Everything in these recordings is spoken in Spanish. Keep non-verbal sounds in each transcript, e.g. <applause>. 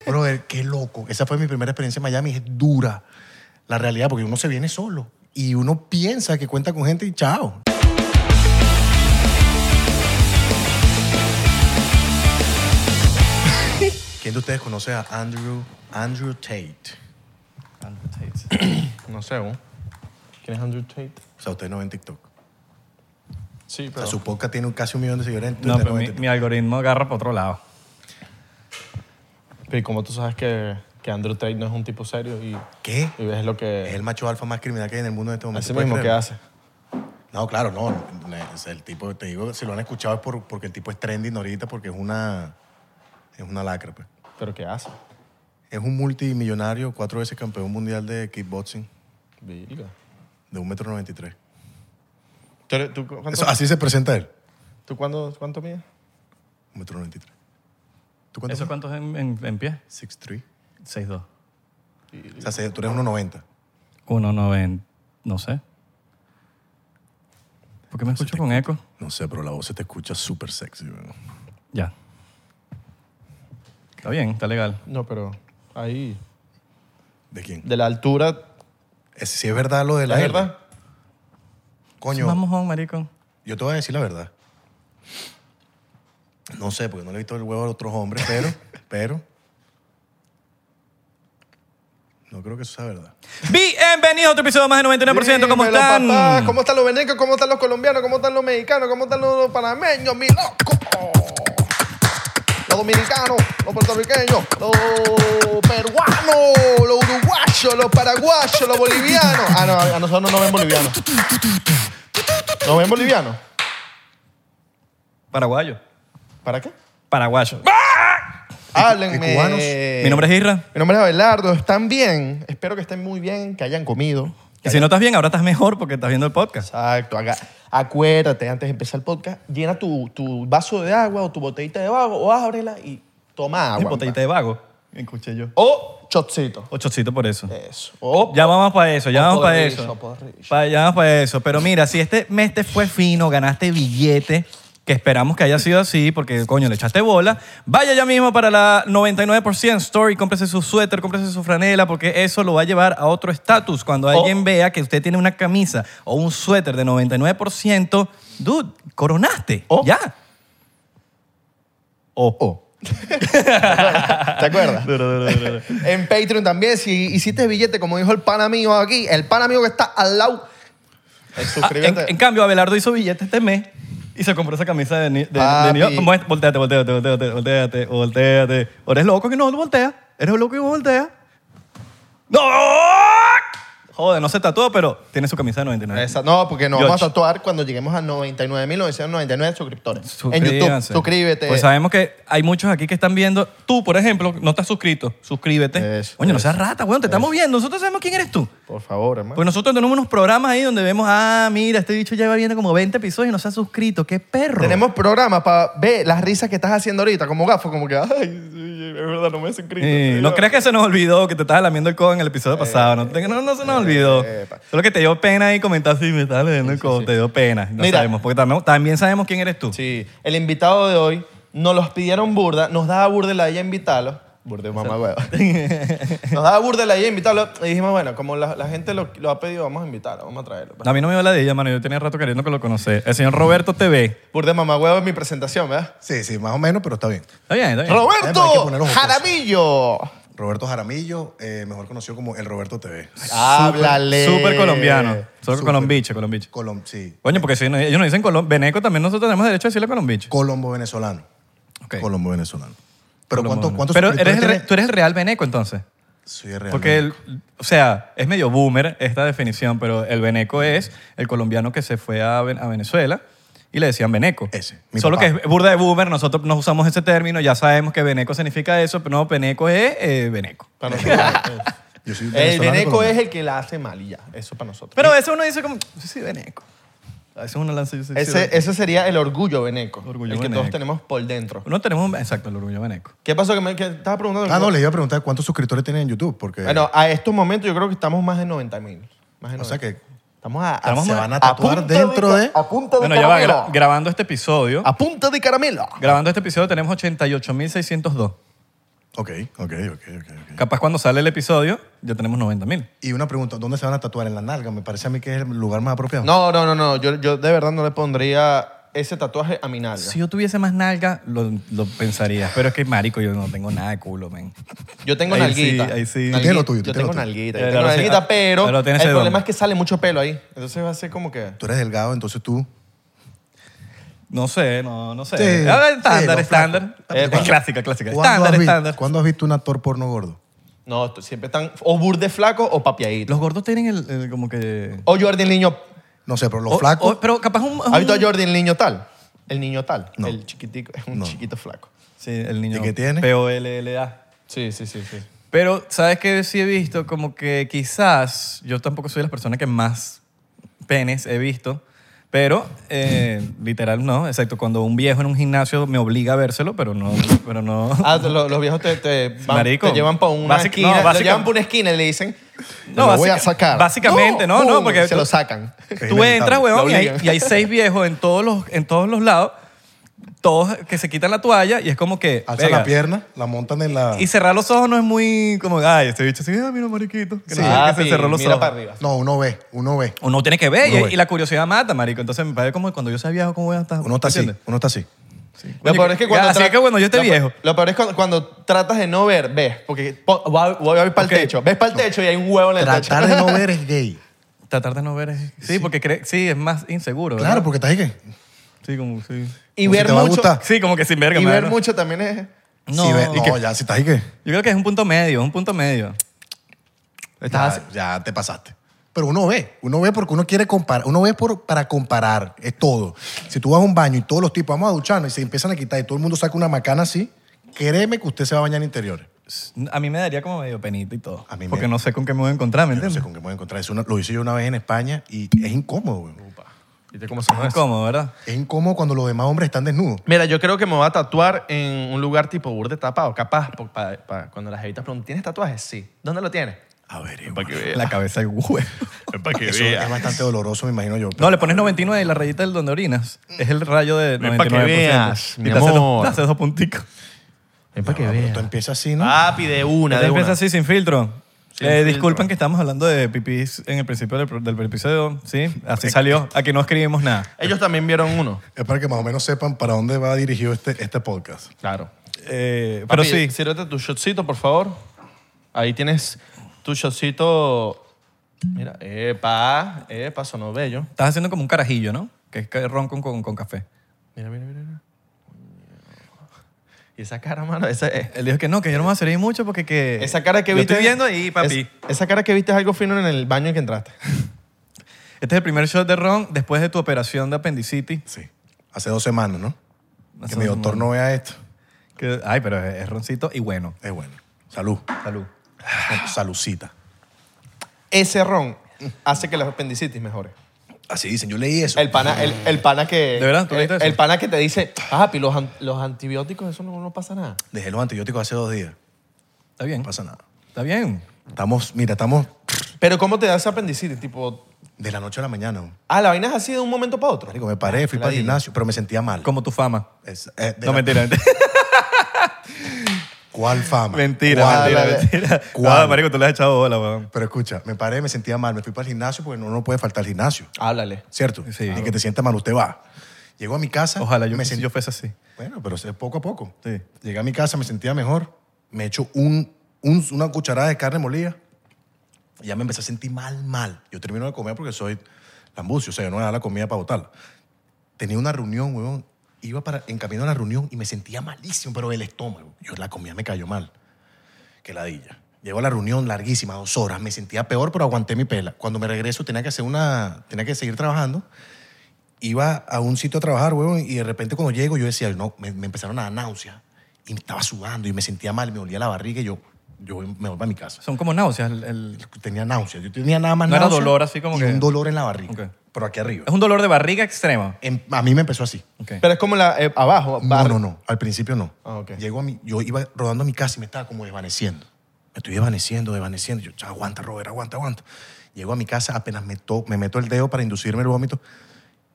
fue, qué loco. Esa fue mi primera experiencia en Miami. Es dura la realidad, porque uno se viene solo y uno piensa que cuenta con gente y chao. <laughs> ¿Quién de ustedes conoce a Andrew, Andrew Tate? Andrew Tate. No sé, ¿no? ¿Quién es Andrew Tate? O sea, ustedes no ven TikTok. Sí, O pero. sea, su podcast tiene casi un millón de seguidores. en- No, ustedes pero ven mi, TikTok. mi algoritmo agarra para otro lado. Pero ¿y cómo tú sabes que, que Andrew Tate no es un tipo serio y, ¿Qué? y ves lo que. Es el macho alfa más criminal que hay en el mundo en este momento. Así ¿puedes mismo que creerlo? hace. No, claro, no. no, es El tipo, te digo, si lo han escuchado es por- porque el tipo es trending ahorita, porque es una, es una lacra. Pues. Pero ¿qué hace? Es un multimillonario, cuatro veces campeón mundial de kickboxing, Virga. de 1,93 m. ¿Tú, eres- tú cu- cuánto, Así se presenta él, ¿tú cuándo- cuánto mides? 1,93 m. ¿Tú cuánto? ¿Eso cuánto es en, en, en pie? 6'3". 6'2. O sea, se- tú eres 1,90. 1.90. No sé. ¿Por qué me escucho con eco? No sé, pero la voz se te escucha súper sexy. weón. Ya. Está bien, está legal. No, pero ahí. ¿De quién? De la altura. Es- si es verdad lo de la ¿Es L. verdad? Coño, Vamos, home, marico. yo te voy a decir la verdad. No sé, porque no le he visto el huevo a otros hombres, <laughs> pero, pero... No creo que eso sea verdad. Bienvenidos a otro episodio más de 99%. ¿Cómo Dímelo, están? papá. ¿Cómo están los venecos? ¿Cómo están los colombianos? ¿Cómo están los mexicanos? ¿Cómo están los panameños? Mi loco. Los dominicanos, los puertorriqueños, los peruanos, los uruguayos, los paraguayos, los bolivianos. Ah, no, a nosotros no nos ven bolivianos. ¿Nos ven bolivianos? Paraguayo. ¿Para qué? Paraguayo. Háblenme. ¿Y cubanos? Mi nombre es Isra. Mi nombre es Abelardo. ¿Están bien? Espero que estén muy bien, que hayan comido. Y si no estás bien, ahora estás mejor porque estás viendo el podcast. Exacto. haga- acuérdate, antes de empezar el podcast, llena tu, tu vaso de agua o tu botellita de agua o ábrela y <laughs> toma Es agua. botellita man. de vago. Escuché yo. O chocito. Ochocito por eso. Eso. O Oh, Ya vamos para eso, ya O vamos para podrillo, eso. podrillo. Pa- ya vamos para eso. Pero mira, si este mes te fue fino, ganaste billete, que esperamos que haya sido así, porque coño, le echaste bola, vaya ya mismo para la 99% Story, cómprese su suéter, cómprese su franela, porque eso lo va a llevar a otro estatus. Cuando alguien vea que usted tiene una camisa o un suéter de 99%, dude, coronaste. O- Ya. O. ¿Te acuerdas? <laughs> En Patreon también, si hiciste billete, como dijo el pana mío aquí, el pana mío que está al lado. eh, Ah, en, suscríbete. en cambio, Abelardo hizo billete este mes y se compró esa camisa de, ni- de, de Papi. New York. Muest- Volteate, volteate, volteate, volteate, volteate. Ahora eres loco que no voltea. Eres loco que no voltea. ¡No! Joder, no se tatuó, pero tiene su camisa de 99. Esa- no, porque nos Yoch. vamos a tatuar cuando lleguemos a 99.999 suscriptores. En YouTube, Suscríbanse. suscríbete. Pues sabemos que hay muchos aquí que están viendo. Tú, por ejemplo, no estás suscrito. Suscríbete. Eso, Oye, no eso. seas rata, weón. Te estamos viendo. Nosotros sabemos quién eres tú. Por favor, hermano. Pues nosotros tenemos unos programas ahí donde vemos, ah, mira, este bicho lleva viendo como 20 episodios y no se ha suscrito. ¡Qué perro! Tenemos programas para ver las risas que estás haciendo ahorita, como gafo, como que, ay, sí, es verdad, no me he suscrito. Sí, Sí, Eh, no yo- creas que se nos olvidó que te estabas lamiendo el codo en el episodio pasado. No, te- no, no se nos olvidó. epa. Solo que te dio pena ahí comentar así, me estás leyendo el codo. Te dio pena. No Mira. sabemos, porque tam- también sabemos quién eres tú. Sí, el invitado de hoy nos los pidieron burda, nos daba burda la idea invitarlo. Burda, mamá, huevo. <laughs> Nos daba burda la idea invitarlo y dijimos, bueno, como la, la gente lo, lo ha pedido, vamos a invitarlo, vamos a traerlo. A mí no me dio la de ella, mano. Yo tenía rato queriendo que lo conocer. El señor Roberto TV. Burda, mamá, huevo es mi presentación, ¿verdad? Sí, sí, más o menos, pero está bien. Está bien, está bien. Además, hay que ¡Roberto poner los ojos. Jaramillo! Roberto Jaramillo, eh, mejor conocido como El Roberto TV. Háblale. Súper colombiano. Solo Súper. colombiche, colombiche. Colom- sí. Coño, porque si no- ellos nos dicen colom veneco, también nosotros tenemos derecho a decirle colombiche. Colombo venezolano. Ok. Colombo venezolano. Pero Colombo, ¿cuántos ¿no? cuántos Pero suscriptores eres el re- tiene? tú eres el real veneco, entonces. Soy el real. Porque, el, o sea, es medio boomer esta definición, pero el veneco es el colombiano que se fue a, Ven- a Venezuela y le decían veneco. Ese, mi Solo papá. que es burda de boomer, nosotros no usamos ese término, ya sabemos que veneco significa eso, pero no, veneco es eh, veneco. Para nosotros. Yo soy el venezolano veneco es colombiano. el que la hace mal y ya. Eso para nosotros. Pero a veces uno dice como, yo soy veneco. A veces uno lanza, yo soy soy Ese, veneco. ese sería el orgullo veneco. Orgullo el que veneco. todos tenemos por dentro. Uno tenemos, un- exacto, el orgullo veneco. ¿Qué pasó? Que me que estabas preguntando. Ah, no, les iba a preguntar cuántos suscriptores tienen en YouTube. Porque Ah, Bueno, a estos momentos yo creo que estamos más de 90 mil. O sea que- Estamos a, a- Estamos se más- van a, a tatuar punta dentro de- A punta de Ah. Bueno, ya va, caramelo. gra- grabando este episodio, a punta de caramelo. grabando este episodio tenemos 88.602. Ok, ok, ok, ok. ok. Capaz cuando sale el episodio ya tenemos 90 mil. Y una pregunta, ¿dónde se van a tatuar? ¿En la nalga? Me parece a mí que es el lugar más apropiado. No, no, no, no. Yo, yo de verdad no le pondría ese tatuaje a mi nalga. Si yo tuviese más nalga, lo, lo pensaría. Pero es que, marico, yo no tengo nada de culo, men. Yo tengo Ahí nalguita. sí, ahí sí. Nalguita. Tienes lo tuyo, Yo tienes tengo lo tuyo. nalguita. Eh, Yo pero tengo sí, nalguita, ah, pero pero tienes el ese problema don. es que sale mucho pelo ahí. Entonces va a ser como que... Tú eres delgado, entonces tú... No sé, no, no sé. Sí, Ah, sí, estándar, lo estándar. flaco. Ah, Es Epa. clásica, clásica. ¿Cuándo has Estándar, vi- estándar. ¿Cuándo has visto un actor porno gordo? No, tú- siempre están o burde flaco o papiadito. Los gordos tienen el, el como que... O Jordi Niño... No sé, pero los O- flacos... o- pero capaz un... ¿Has visto a un- Jordi el niño tal? El niño tal. No. El chiquitico. <laughs> Es un chiquito flaco. Sí, el niño. ¿Y qué tiene? P-O-L-L-A. Sí, sí, sí, sí. Pero, ¿sabes qué sí he visto? Como que quizás, yo tampoco soy de las personas que más penes he visto, pero eh, literal no, excepto cuando un viejo en un gimnasio me obliga a vérselo, pero no... Pero no. Ah, te- lo- los viejos te, te, van- Marico. te llevan para una Básica- esquina. no, lo básica- llevan para una esquina y le dicen, No, lo voy a básica- sacar. básicamente, no, no, ¡Pum! porque Se tú- lo <laughs> sacan. Es Tú inevitable. entras, weón, y La hay, obligan. y hay seis viejos en todos, los, en todos los lados, todos que se quitan la toalla y es como que... Alzan verga, la pierna, la montan en la... Y cerrar los ojos no es muy como, ay, este bicho así, ah, mira, mariquito. Que, Sí. no sé qué, que Papi, se cerró los Ah, mira ojos. para arriba. No, uno ve, uno ve. Uno tiene que ver Uno y, ve. y la curiosidad mata, marico. Entonces me parece como que cuando yo sea viejo, ¿cómo voy a estar? Uno está así, ¿Entiendes? uno está así. Lo Oye, peor es que cuando así tra- es que cuando yo esté lo pe- viejo. Lo peor es cuando, cuando tratas de no ver, ves. Porque po- voy a, ver para el Ok. techo. Ves para el techo y hay un huevo en el Tratar techo. de no ver es gay. Tratar de no ver es... Sí, porque cre- sí, es más inseguro. ¿verdad? Claro, porque estás ahí que... Sí, como sí. <laughs> y Como si ver te va a mucho. gustar. Sí, como que sin verga. Y me da, ver ¿no? mucho también es. No, Si ve- y que- no, ya, si estás ahí que... Yo creo que es un punto medio, es un punto medio. Estás Ya, ya te pasaste. Ah, Pero uno ve, uno ve porque uno quiere comparar, uno ve por, para comparar, es todo. Si tú vas a un baño y todos los tipos, vamos a ducharnos y se empiezan a quitar y todo el mundo saca una macana así, créeme que usted se va a bañar en interiores. A mí me daría como medio penita y todo. A mí me- porque no sé con qué me voy a encontrar, ¿me Yo no sé entiendes? con qué me voy a encontrar. Es una- lo hice yo una vez en España y es incómodo, güey. cómo Es cómodo, ¿verdad? Es incómodo cuando los demás hombres están desnudos. Mira, yo creo que me voy a tatuar en un lugar tipo burde tapado, capaz, por- pa- pa- cuando las evitas preguntan, ¿tienes tatuajes? Sí. ¿Dónde lo tienes? A ver, Para que veas. La cabeza del huevo. Para que eso es bastante doloroso, me imagino yo. <laughs> No, le pones 99 y la rayita del donde orinas. Es el rayo de 99%. Ven pa' que veas, y te mi haces dos- amor. te haces dos punticos. Es para que Ah. Pero veas. tú empiezas así, ¿no? Papi, de una, Entonces Este de una. empieza así, sin filtro. Sin Eh, filtro. Disculpen que estamos hablando de pipis en el principio del, del episodio, ¿sí? Así salió. Aquí no escribimos nada. Ellos también vieron uno. Es para que más o menos sepan para dónde va dirigido este, este podcast. Claro. Eh, pero Papi, sí, Sírvete tu shotcito, por favor. Ahí tienes tu shotcito. Mira, epa, epa, sonó bello. estás haciendo como un carajillo, ¿no? Que es ca- ron con, con, con café. Mira, mira, mira. mira. Y esa cara, mano, esa, eh, Él dijo que no, que yo no me voy a servir mucho porque que... esa cara que yo viste. estoy viendo ahí, papi. es- esa cara que viste es algo fino en el baño en que entraste. Este es el primer shot de ron después de tu operación de apendicitis. Sí. Hace dos semanas, ¿no? Hace que mi dos doctor semanas. no vea esto. Que- ay, pero es, es roncito y bueno. Es Eh, bueno. Salud. Salud. Salucita. Ese ron hace que las apendicitis mejore. Así dicen, yo leí eso. El pana, el, el pana que. ¿De verdad? ¿Tú el, leíste eso? el pana que te dice, papi, los, an- los antibióticos, eso no, no pasa nada. Dejé los antibióticos hace dos días. Está bien. No pasa nada. Está bien. Estamos, mira, estamos Pero ¿cómo te da esa apendicitis? Tipo, de la noche a la mañana. ah, la vaina es así de un momento para otro. Marico, me Ah, paré, fui para el Ladilla. gimnasio, pero me sentía mal. Como tu fama. Es- eh, de la- No, <laughs> mentira, mentira. ¿Cuál fama? Mentira, ¿Cuál? mentira, Dale. mentira. ¿Cuál? No, marico, tú le has echado bola, weón. Pero escucha, me paré, me sentía mal. Me fui para el gimnasio porque no, no puede faltar el gimnasio. Háblale. ¿Cierto? Sí. Y que te sienta mal, usted va. Llego a mi casa. Ojalá yo, Ah, me si sentí- yo fuese así. Bueno, pero es poco a poco. Sí. Llegué a mi casa, me sentía mejor. Me echo un, un- una cucharada de carne molida. Y ya me empecé a sentir mal, mal. Yo termino de comer porque soy lambucio. O sea, yo no me da la comida para botarla. Tenía una reunión, weón. Iba para, en camino a la reunión y me sentía malísimo, pero el estómago. Yo la comida me cayó mal. Que ladilla. Llego a la reunión larguísima, dos horas. Me sentía peor, pero aguanté mi pela. Cuando me regreso tenía que hacer una... Tenía que seguir trabajando iba a un sitio a trabajar, huevón, y de repente cuando llego yo decía, no, me, me empezaron a dar náuseas y me estaba sudando y me sentía mal, me olía la barriga y yo, yo me voy para mi casa. Son como náuseas. el- el- Tenía náuseas, yo tenía nada más No era náuseas dolor así como y que- un dolor en la barriga, Ok. pero aquí arriba. es un dolor de barriga extrema. En- a mí me empezó así. Ok. Pero es como la eh, abajo. No, bar- no, no, al principio no. Ah, ok. Llego a mi, yo iba rodando a mi casa y me estaba como desvaneciendo. Me estoy desvaneciendo, desvaneciendo. Yo, "Chao, aguanta, Robert, aguanta, aguanta. Llego a mi casa, apenas me, to- me meto el dedo para inducirme el vómito,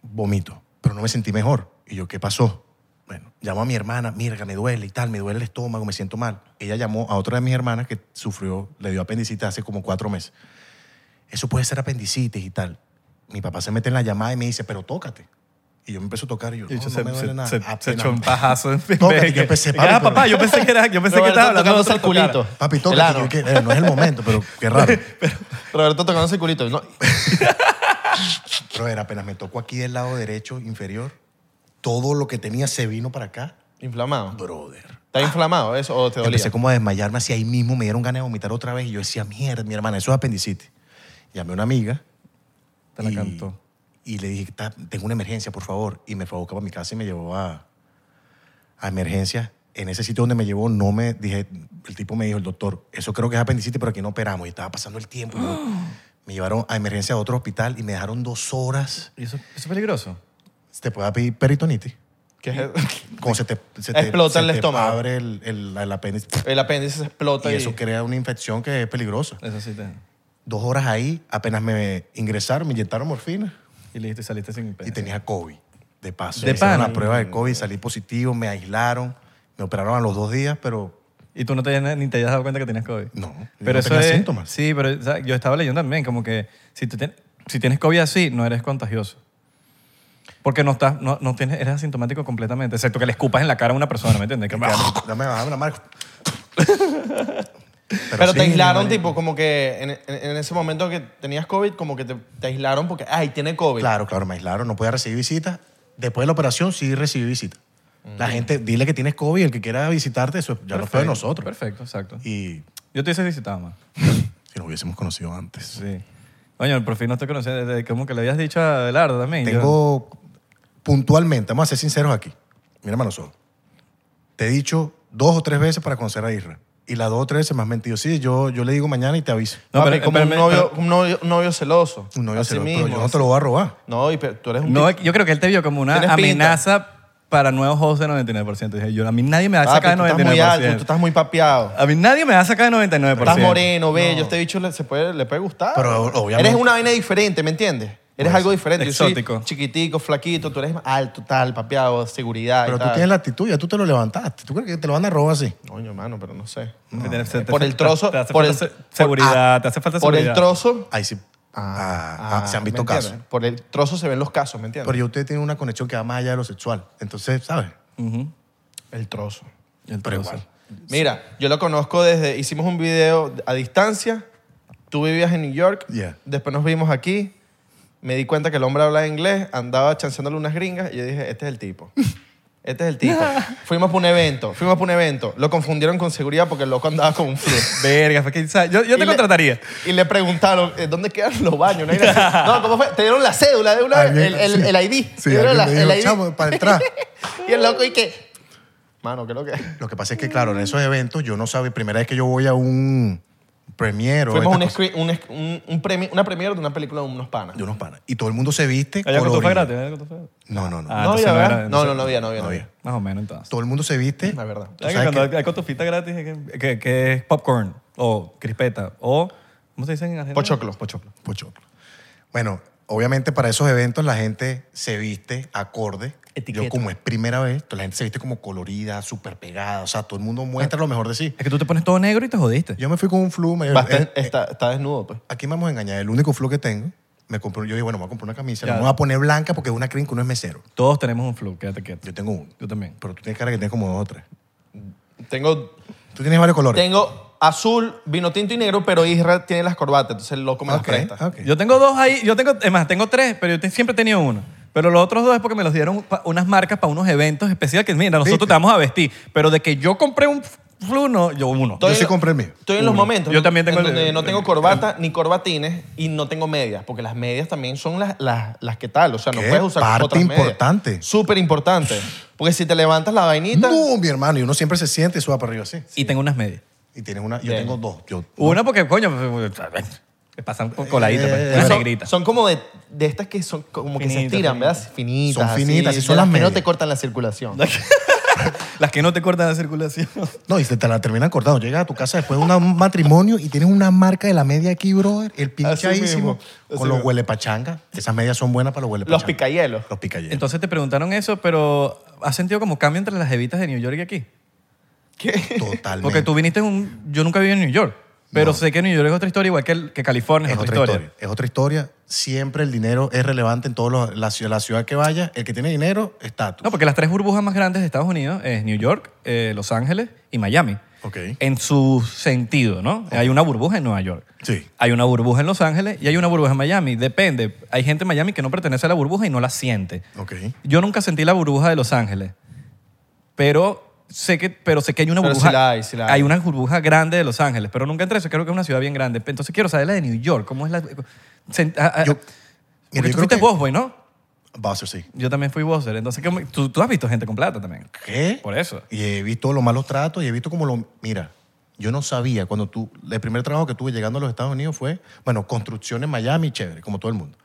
vomito, pero no me sentí mejor. Y yo, ¿qué pasó? Bueno, llamó a mi hermana, mierda, me duele y tal, me duele el estómago, me siento mal. Ella llamó a otra de mis hermanas que sufrió, le dio apendicitis hace como cuatro meses. Eso puede ser apendicitis y tal. Mi papá se mete en la llamada y me dice, pero tócate. Y yo me empiezo a tocar y yo, no, Y no se, me duele se- nada. se- Ah, se pena. echó un pajazo. Tócate, yo empecé, papi, Ah, pero- papá, yo pensé que, era, yo pensé que Roberto estaba hablando de tocándose el otro tocar. culito. Papi, El tócate. ano. Yo, que, eh, no es el momento, pero qué raro. Roberto tocando ese culito. No, Pero era apenas me tocó aquí del lado derecho inferior, todo lo que tenía se vino para acá. inflamado. Brother. ¿Está inflamado eso o te dolía? Empecé como a desmayarme así ahí mismo, me dieron ganas de vomitar otra vez y yo decía, mierda, mi hermana, eso es apendicitis. Llamé a una amiga. Te la y- cantó. Y le dije, "Ta- tengo una emergencia, por favor. Y me fue a buscar para mi casa y me llevó a, a emergencia. En ese sitio donde me llevó, no me dije, el tipo me dijo, el doctor, eso creo que es apendicitis, pero aquí no operamos. Y estaba pasando el tiempo. <gasps> y yo- me llevaron a emergencia a otro hospital y me dejaron dos horas. ¿Y eso, eso es peligroso? Te puede dar pe- peritonitis. ¿Qué es eso? Como se te, se te- Explota se el te estómago. abre el, el- el apéndice. <laughs> El apéndice se explota Y y, eso crea una infección que es peligrosa. Eso sí te... Dos horas ahí, apenas me ingresaron, me inyectaron morfina Y listo, y saliste sin y tenía COVID. De paso, De me hicieron pana. una prueba de COVID, salí positivo, me aislaron, me operaron a los dos días, pero Y tú no te, ni te habías dado cuenta que tenías COVID. no, Pero no eso tenía es- síntomas. Sí, pero o sea, yo estaba leyendo también como que si, tú tien- si tienes COVID así, no eres contagioso. Porque no, estás, no, no tienes, eres asintomático completamente. Excepto que le escupas en la cara a una persona, ¿me entiendes? Que- Dame, dame, dame la <laughs> marca. Pero, sí, te aislaron, marico. tipo, como que en, en- en ese momento que tenías COVID, como que te, te aislaron porque, ay, tiene COVID. Claro, claro, me aislaron, no podía recibir visitas. Después de la operación sí recibí visitas. La Mm. gente, dile que tienes COVID, el que quiera visitarte, eso ya no fue de Perfecto, nosotros. Perfecto, exacto. Y Yo te hubiese visitado más. si nos hubiésemos conocido antes. Sí. Coño, por fin no te conocía desde como que le habías dicho a Adelardo también. Yo- Tengo puntualmente, vamos a ser sinceros aquí. Mira, hermano, solo. Te he dicho dos o tres veces para conocer a Isra. Y las dos o tres veces me has mentido. Sí, yo, yo le digo mañana y te aviso. No, Papi, pero- como pero- un, pero- novio, un novio, un novio celoso. Un novio Así celoso, mismo. pero yo no te lo voy a robar. No, y pe- tú eres un No, tipo- yo creo que él te vio como una Tienes pinta. amenaza para nuevos hosts de 99%. Dije, yo, a mí nadie me va a Papi, sacar tú de 99%. estás muy alto, tú estás muy papeado. A mí nadie me va a sacar de 99%. Estás moreno, bello. Este bicho le, se puede, le puede gustar. Pero, obviamente- Eres una vaina diferente, ¿me entiendes? Eres algo diferente. Yo soy Pues, Exótico. chiquitico, flaquito. Tú eres alto, tal, papeado, seguridad. y Pero tú tal. tienes la actitud, ya tú te lo levantaste. ¿Tú crees que te lo van a robar así? Coño, mano, pero no sé. Te- te- te- Por te- el trozo. te hace por falta el, se- por- seguridad, ah, te hace falta Por seguridad. el trozo. Ahí sí. ah, ah, se han ¿me visto entiendes? casos. Por el trozo se ven los casos, ¿me entiendes? Pero ya usted tiene una conexión que va más allá de lo sexual. Entonces, ¿sabes? Ujú. El trozo. El Pero trozo. igual. Mira, yo lo conozco desde. Hicimos un video a distancia. Tú vivías en New York. Yeah. Después nos vimos aquí. Me di cuenta que el hombre hablaba inglés, andaba chanceándole unas gringas y yo dije, este es el tipo. Este es el tipo. fuimos para un evento, fuimos para un evento. Lo confundieron con seguridad porque el loco andaba con un flu. Verga, fue que, o sea, yo, yo te Y le- contrataría. Y le preguntaron, "Eh, ¿dónde quedan los baños? No, hay nada. No, ¿cómo fue? Te dieron la cédula de una Ay, bien, el, el, sí. el ID. Sí, Te dieron alguien la- me dijo, el ID. "Chamo, para atrás". <laughs> y el loco, ¿y qué? Mano, creo que... Lo que pasa es que, claro, en esos eventos yo no sabía. Primera vez que yo voy a un premiere o Fuimos a estas un, cosas, screen- un, sc- un, un premi- una premiere de una película de unos panas. de unos panas. Y todo el mundo se viste. Allá con tu fue colorido. gratis. allá con tu fue gratis. No, no, no. Ah, no, entonces no había, era- ¿verdad? no, entonces- no, no había, no había. No No había. Más o menos entonces. Todo el mundo se viste. La verdad. Tú ¿Sabes que sabes cuando que- hay cotufita gratis que, que- que es popcorn o crispeta o ¿cómo se dice en Argentina? Pochoclo. Pochoclo. Pochoclo. Bueno, obviamente para esos eventos la gente se viste acorde. Etiqueta. Yo como es primera vez, la gente se viste como colorida, súper pegada. O sea, todo el mundo muestra Ah. lo mejor de sí. Es que tú te pones todo negro y te jodiste. Yo me fui con un flu. me- Basta- eh, eh, está, está desnudo, pues. aquí me vamos a engañar. El único flu que tengo, me compré, yo dije, bueno, me voy a comprar una camisa. Ya. No me voy a poner blanca porque una creen que uno es mesero. Todos tenemos un flu, quédate quieto. Yo tengo uno. Yo también. Pero tú tienes cara que tienes como dos o tres. Tengo, Tú tienes varios colores. tengo azul, vino tinto y negro, pero Israel tiene las corbatas, entonces el loco me Ok, Ah, las presta. ok. Yo tengo dos ahí, yo tengo, es más, tengo tres, pero yo te- siempre he tenido uno. Pero los otros dos es porque me los dieron pa- unas marcas para unos eventos especiales que, mira, nosotros ¿Viste? te vamos a vestir. Pero de que yo compré un flu, no, yo uno. Yo en sí lo- compré el mío. Estoy en los Uno. momentos. Yo en- también tengo en el- donde no el- tengo corbata ni corbatines y no tengo medias, porque las medias también son las, las, las que tal. O sea, no ¿Qué? puedes usar Parte otras medias. importante. Súper importante. Porque si te levantas la vainita. No, mi hermano, y uno siempre se siente y suba para arriba así. Y tengo unas medias. Y tienes una, yo Bien. tengo dos. Yo, Una porque, coño, pues, me pasan con- coladitas, pues, Eh, una son, negrita. son como de, de estas que son como que se Finitas, estiran, finitas. ¿verdad? Finitas. Son finitas, así, sí, son de las que no medias. te cortan la circulación. <laughs> Las que no te cortan la circulación. No, y se te la terminan cortando. Llegas a tu casa después de una- un matrimonio y tienes una marca de la media aquí, brother. El mismo, pinchadísimo. así Con los mismo. huelepachangas. Esas medias son buenas para los huelepachangas. Los picayelos. Los picayelos. Entonces te preguntaron eso, pero ¿has sentido como cambio entre las evitas de New York y aquí? ¿Qué? Totalmente. Porque tú viniste en un... Yo nunca viví en New York, pero sé que New York es otra historia, igual que, el- que California es, es otra historia. Es otra historia. Siempre el dinero es relevante en toda la, ci- la ciudad que vaya. El que tiene dinero, estatus. No, porque las tres burbujas más grandes de Estados Unidos es New York, eh, Los Ángeles y Miami. Ok. En su sentido, ¿no? Hay una burbuja en Nueva York. Sí. Hay una burbuja en Los Ángeles y hay una burbuja en Miami. Depende. Hay gente en Miami que no pertenece a la burbuja y no la siente. Ok. Yo nunca sentí la burbuja de Los Ángeles, pero sé que, pero sé que hay una Pero burbuja. sí la hay, sí la hay. Hay una burbuja grande de Los Ángeles, pero nunca entré. Eso creo que es una ciudad bien grande. Entonces quiero saber la de New York. ¿Cómo es la...? sen- a- a- Yo- Ah, porque mira, yo tú creo fuiste que- busboy, ¿no? Bowser, sí. Yo también fui Bowser. Entonces, ¿cómo- tú, tú has visto gente con plata también. ¿Qué? Por eso. Y he visto los malos tratos y he visto como lo... Mira, yo no sabía cuando tú... El primer trabajo que tuve llegando a los Estados Unidos fue, bueno, construcción en Miami, chévere, como todo el mundo.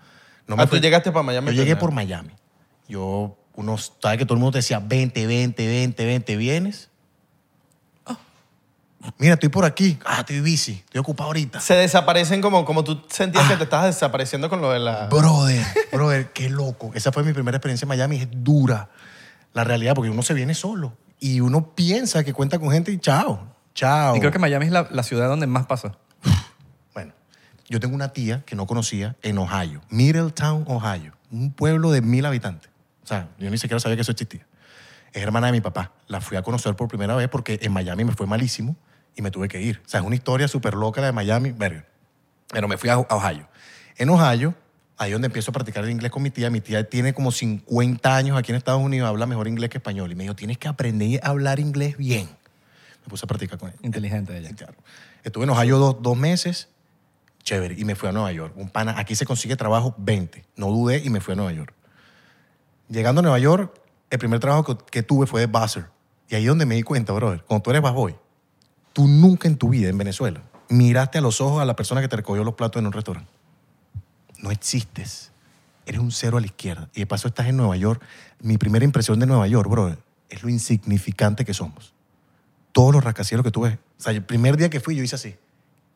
No Ah, tú fui- llegaste para Miami. Yo llegué primero. por Miami. Yo, unos, sabes que todo el mundo te decía 20, 20, 20, 20, vienes. Ah. Mira, estoy por aquí. Ah, estoy bici. Estoy ocupado ahorita. Se desaparecen como, como tú sentías Ah. que te estabas desapareciendo con lo de la... Brother, brother, qué loco. Esa fue mi primera experiencia en Miami. Es dura la realidad porque uno se viene solo y uno piensa que cuenta con gente y chao, chao. Y creo que Miami es la, la ciudad donde más pasa. Bueno, yo tengo una tía que no conocía en Ohio, Middletown, Ohio, un pueblo de mil habitantes. O sea, yo ni siquiera sabía que eso existía. Es hermana de mi papá. La fui a conocer por primera vez porque en Miami me fue malísimo y me tuve que ir. O sea, es una historia súper loca la de Miami, verga. Pero me fui a a Ohio. En Ohio, ahí donde empiezo a practicar el inglés con mi tía. Mi tía tiene como 50 años aquí en Estados Unidos, habla mejor inglés que español. Y me dijo, tienes que aprender a hablar inglés bien. Me puse a practicar con ella. Inteligente ella. Claro. Estuve en Ohio dos, dos meses, chévere, y me fui a Nueva York. Un pana, aquí se consigue trabajo 20. No dudé y me fui a Nueva York. Llegando a Nueva York, el primer trabajo que, que tuve fue de buzzer. Y ahí es donde me di cuenta, brother, cuando tú eres busboy, tú nunca en tu vida en Venezuela miraste a los ojos a la persona que te recogió los platos en un restaurante. No existes. Eres un cero a la izquierda. Y de paso estás en Nueva York. Mi primera impresión de Nueva York, brother, es lo insignificante que somos todos los rascacielos que tú ves. O sea, el primer día que fui yo hice así.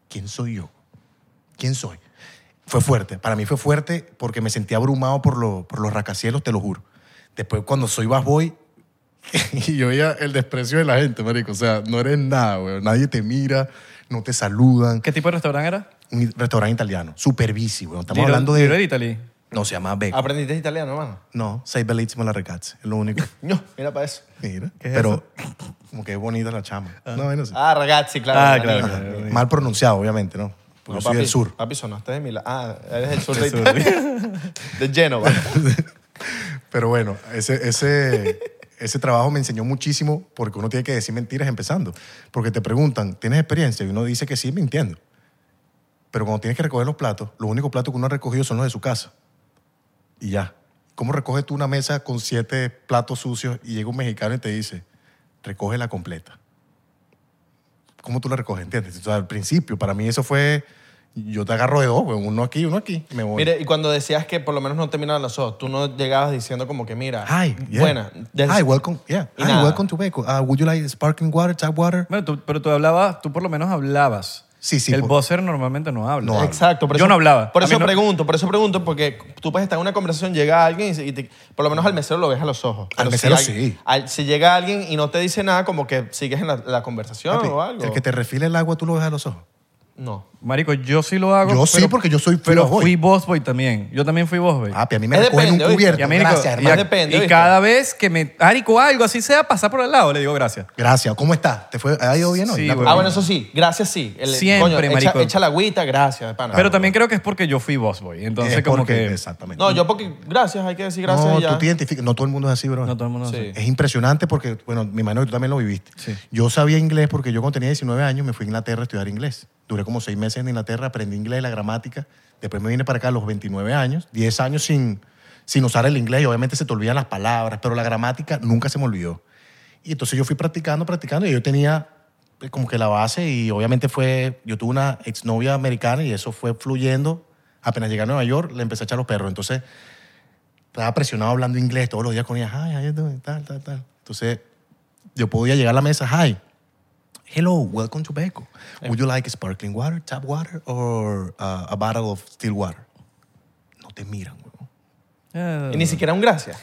¿Quién soy yo? ¿Quién soy? Fue fuerte. Para mí fue fuerte porque me sentí abrumado por, lo- por los rascacielos, te lo juro. Después, cuando soy Bass Boy, <laughs> y yo veía el desprecio de la gente, marico. O sea, no eres nada, güey. Nadie te mira, no te saludan. ¿Qué tipo de restaurante era? Un restaurante italiano, super bici, güey. Estamos Little- hablando de... Little Italy. No, se llama Beco. ¿Aprendiste italiano, hermano? No, Sei bellissimo la ragazza. Es lo <laughs> único. No, mira para eso. Mira. es Pero como que es bonita la chama. No, bueno, sí. Ah, ragazzi, claro. Ah, Ragazzi. claro, claro. Ajá. Mal pronunciado, obviamente, ¿no? Porque yo No, soy del sur. Papi, sonaste de Milán. Ah, eres del sur <laughs> de Italia. De Génova. Pero bueno, ese, ese, ese trabajo me enseñó muchísimo porque uno tiene que decir mentiras empezando. Porque te preguntan, ¿tienes experiencia? Y uno dice que sí, mintiendo. Pero cuando tienes que recoger los platos, los únicos platos que uno ha recogido son los de su casa. Y ya. ¿Cómo recoges tú una mesa con siete platos sucios y llega un mexicano y te dice, recógela completa? ¿Cómo tú la recoges? ¿Entiendes? O sea, al principio, para mí eso fue, yo te agarro de dos, güey, uno aquí, uno aquí, me voy. Mire, y cuando decías que por lo menos no te miraban los ojos, tú no llegabas diciendo como que, mira, Hi, yeah. buena. Desde- Hi, welcome. Yeah. Y Hi, nada. welcome to Beco. Uh, would you like sparkling water, tap water? Bueno, tú- pero tú hablabas, tú por lo menos hablabas. Sí, sí, El por- buzzer normalmente no habla. No habla. Exacto. por Yo eso- no hablaba. Por A eso mí no- pregunto, por eso pregunto, porque tú puedes estar en una conversación, llega alguien y, se- y te- por lo menos al mesero lo ves a los ojos. Al Pero mesero si, alguien- sí. al- si llega alguien y no te dice nada, como que sigues en la, la conversación Papi, o algo. El que te refile el agua, tú lo ves a los ojos. No. Marico, yo sí lo hago. Yo sí, porque yo soy- Ah, fui Pero busboy. fui busboy también. Yo también fui busboy. Papi, a mí me Es recogen depende, un ¿oíste? cubierto. Y a mí, gracias, Nico, hermano. Y, a- Depende, y ¿viste? cada vez que me... Marico, algo así sea, pasar por al lado, le digo gracias. Gracias. ¿Cómo está? ¿Te fue? ¿Ha ido bien hoy? Sí, La- güey. Ah, bueno, eso sí, gracias sí. El- Siempre, coño, echa- marico. Echa, la agüita, gracias, pana. pero también creo que es porque yo fui busboy. Entonces, Es como porque- que... Exactamente. No, yo porque gracias, hay que decir gracias No, y ya. tú te identificas. No todo el mundo es así, bro. No todo el mundo Sí. hace. Es impresionante porque, bueno, mi imagino que tú también lo viviste. Sí. Yo sabía inglés porque yo cuando tenía 19 años me fui a Inglaterra a estudiar inglés. Duré como seis meses en Inglaterra, aprendí inglés, la gramática. Después me vine para acá a los 29 años, 10 años sin, sin usar el inglés y obviamente se te olvidan las palabras, pero la gramática nunca se me olvidó. Y entonces yo fui practicando, practicando y yo tenía eh, como que la base y obviamente fue, yo tuve una exnovia americana y eso fue fluyendo. Apenas llegué a Nueva York, le empecé a echar los perros. Entonces estaba presionado hablando inglés todos los días con ella, ay, ay, tal, tal, tal. Entonces, yo podía llegar a la mesa, hi, hello, welcome to Beco. Would you like sparkling water, tap water, or uh, a bottle of still water? No te miran, weón. Eh, Y ni siquiera un gracias.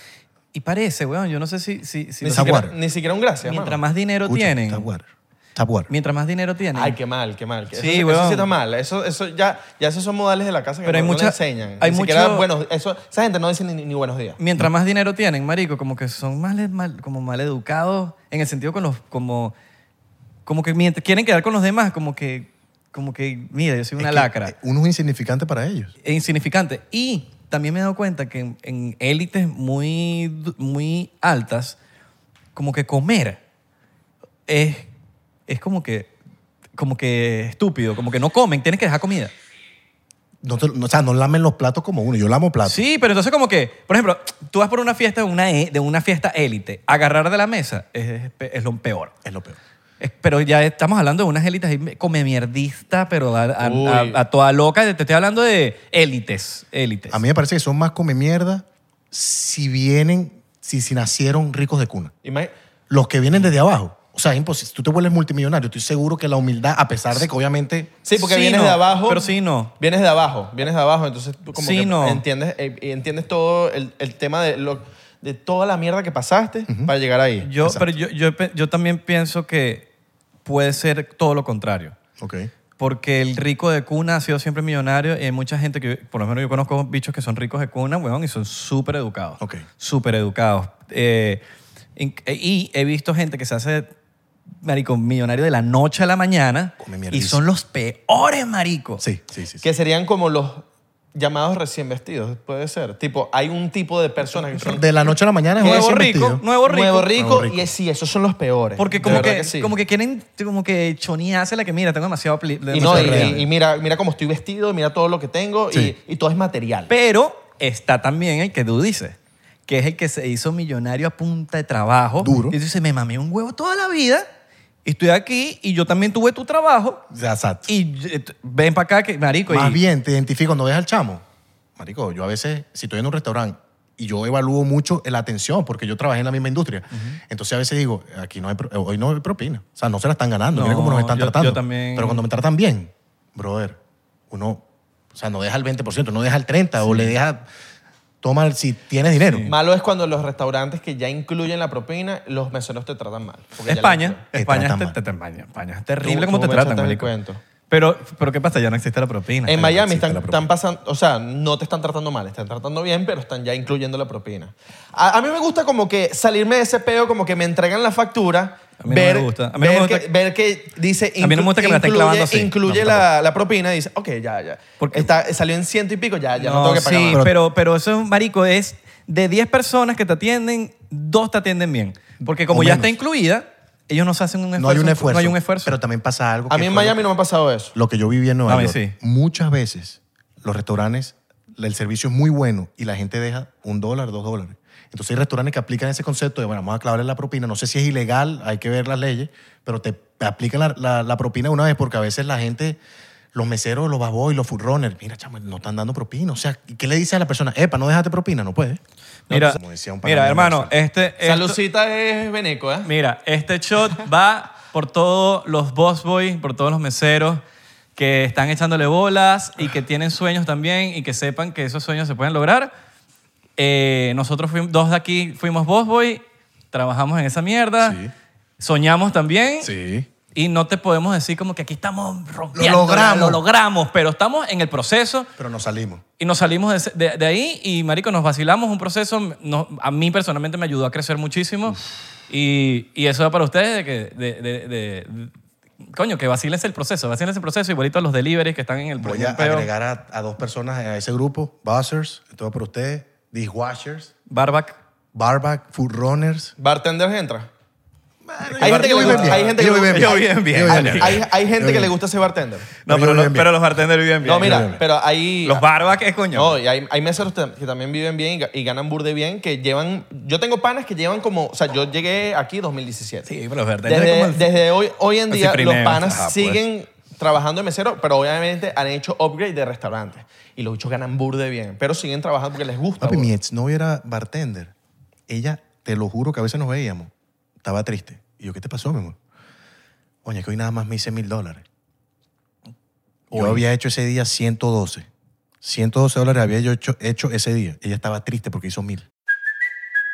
y parece, weón, yo no sé si... si, si Ni los- Tap siquiera, water. ni siquiera un gracias. mientras mano. más dinero Escucha, tienen... Tap water. Tap water. Mientras más dinero tienen... Ay, qué mal, qué mal. que- Sí, eso, eso weón. sí está mal. Eso, eso ya, ya esos son modales de la casa que Pero no, hay no le mucha- enseñan. hay ni siquiera, mucho- buenos- eso, esa gente no dice ni, ni buenos días. Mientras más dinero tienen, marico, como que son mal, mal- como mal educados en el sentido con los, como, como que mientras quieren quedar con los demás, como que, como que, mira, yo soy Es una que, lacra, eh, Uno es insignificante para ellos. e insignificante. Y también me he dado cuenta que en, en élites muy, du- muy altas, como que comer es, es como que, como que estúpido, como que no comen, tienes que dejar comida. No te- no- o sea, no lamen los platos como uno. Yo lamo platos. Sí, pero entonces como que, por ejemplo, tú vas por una fiesta de una, e- de una fiesta élite, agarrar de la mesa es, es pe- es lo peor. Es lo peor. Es- pero ya estamos hablando de unas élites ahí come mierdista, pero a, a- a- Uy. a toda loca. Te estoy hablando de élites, élites. A mí me parece que son más come mierda si vienen, si, si nacieron ricos de cuna. Imag- Los que vienen desde abajo. O sea, es imposible. Si tú te vuelves multimillonario, estoy seguro que la humildad, a pesar de que obviamente Sí, porque Sí, vienes no, de abajo. pero sí, no. Vienes de abajo, vienes de abajo, entonces tú como Sí, que no. entiendes, eh, y entiendes todo el, el tema de, lo, de toda la mierda que pasaste para llegar ahí. yo, Exacto. pero yo, yo, pe- yo también pienso que puede ser todo lo contrario. Ok. Porque el rico de cuna ha sido siempre millonario y hay mucha gente que, por lo menos yo conozco bichos que son ricos de cuna, weón, y son súper educados. Ok. Súper educados. Eh, in- e- y he visto gente que se hace, marico, millonario de la noche a la mañana Come y mierdísimo. son los peores, marico. Sí, sí, sí. sí. Que serían como los llamados recién vestidos, puede ser. Tipo, hay un tipo de personas que son De la noche a la mañana es un Nuevo recién rico, vestido. nuevo- rico. Nuevo rico. y sí, esos son los peores. Porque De como verdad que, sí. como que quieren como que chonearse la que mira, tengo demasiado... pli- y, no, demasiado y- real. y, mira, mira cómo estoy vestido, mira todo lo que tengo Sí. y, y todo es material. Pero está también el que tú dices, que es el que se hizo millonario a punta de trabajo. Duro. Y dice, me mamé un huevo toda la vida, y estoy aquí y yo también tuve tu trabajo. Ya, Exacto. Y eh, t- ven para acá, que marico. Más y- bien, te identifico cuando ves al chamo. Marico, yo a veces, si estoy en un restaurante y yo evalúo mucho la atención, porque yo trabajé en la misma industria, entonces a veces digo, aquí no hay, pro- hoy no hay propina. O sea, no se la están ganando. Mira No, cómo nos están yo- tratando. yo también- Pero cuando me tratan bien, brother, uno, o sea, no deja el 20%, no deja el 30% o le deja, toma el- si tienes dinero. Malo es cuando los restaurantes que ya incluyen la propina, los meseros te tratan mal. porque ya la España, incluyen. Te España, tratan es mal. te- te- España, España es terrible Tú- como tú te me tratan, echaste el marico. cuento. Pero, pero ¿qué pasa? Ya no existe la propina. En no Miami existe están, la propina. están pasando, o sea, no te están tratando mal, están tratando bien, pero están ya incluyendo la propina. A, a mí me gusta como que salirme de ese peo, como que me entregan la factura. A mí no ver, me gusta. A mí no ver me gusta Que, que- ver que dice. A mí no me gusta que me la estén incluye- clavando así. Incluye No, la, la propina y dice, ok, ya, ya. Porque- Está, salió en ciento y pico, ya, ya no, tengo que pagar sí, más. pero, pero eso es un marico, es de 10 personas que te atienden, dos te atienden bien. Porque como O ya menos. está incluida, ellos no se hacen un esfuerzo. no hay un esfuerzo. No hay un esfuerzo. Pero también pasa algo. A que mí en fue- Miami no me ha pasado eso. lo que yo viví en Nueva A mí York, sí. muchas veces los restaurantes, el servicio es muy bueno y la gente deja un dólar, dos dólares. Entonces hay restaurantes que aplican ese concepto de, bueno, vamos a clavarle la propina. No sé si es ilegal, hay que ver las leyes, pero te aplican la, la- la propina una vez porque a veces la gente, los meseros, los baboy, los foodrunners, mira, chamo, no están dando propina. O sea, ¿y ¿qué le dice a la persona? Epa, no dejaste propina, no puede. Mira, Como decía un mira panameño, hermano, este, esto- Salucita es Beneco, ¿eh? mira, este shot va por todos los boss boys, por todos los meseros que están echándole bolas y que tienen sueños también y que sepan que esos sueños se pueden lograr. Eh, nosotros fuimos, dos de aquí fuimos boss boy, trabajamos en esa mierda, Sí. soñamos también. Sí. Y no te podemos decir como que aquí estamos rompiendo. logramos. Lo logramos, pero estamos en el proceso. Pero no salimos. Y nos salimos de, ese- de- de ahí y, marico, nos vacilamos un proceso. no- a mí personalmente me ayudó a crecer muchísimo. Y, y eso va para ustedes de que... de- de- de- de- coño, que vaciles el proceso. Vaciles el proceso igualito a los deliveries que están en el Voy en a el peo. agregar a, a dos personas a ese grupo. Buzzers, esto va por ustedes. Dishwashers. Barback. barback, food runners. Bartenders entra. Yo- gente que yo vivo le gusta- bien. hay gente que Yo le vivo gusta- yo vivo bien. Yo vivo Hay, hay- hay gente que le gusta ese bartender. No, pero los- pero los bartenders viven No, mira, pero hay. Los barback es coño. No, y hay, hay meseros tam- que también viven bien y ga- y ganan burde bien, que llevan... Yo tengo panas que llevan como... O sea, yo llegué aquí 2017. sí, pero los bartenders desde, como el- desde hoy, hoy en el día los cifrineo. panas Ajá, pues. siguen trabajando de mesero, pero obviamente han hecho upgrade de restaurantes. Y los bichos ganan burde bien, pero siguen trabajando porque les gusta. Papi, bro. mi ex no era bartender. Ella, te lo juro que a veces nos veíamos. Estaba triste. Y yo, ¿qué te pasó, mi amor? Oye, que hoy nada más me hice mil dólares. Yo Hoy. había hecho ese día 112. 112 dólares había yo hecho, hecho ese día. Ella estaba triste porque hizo mil.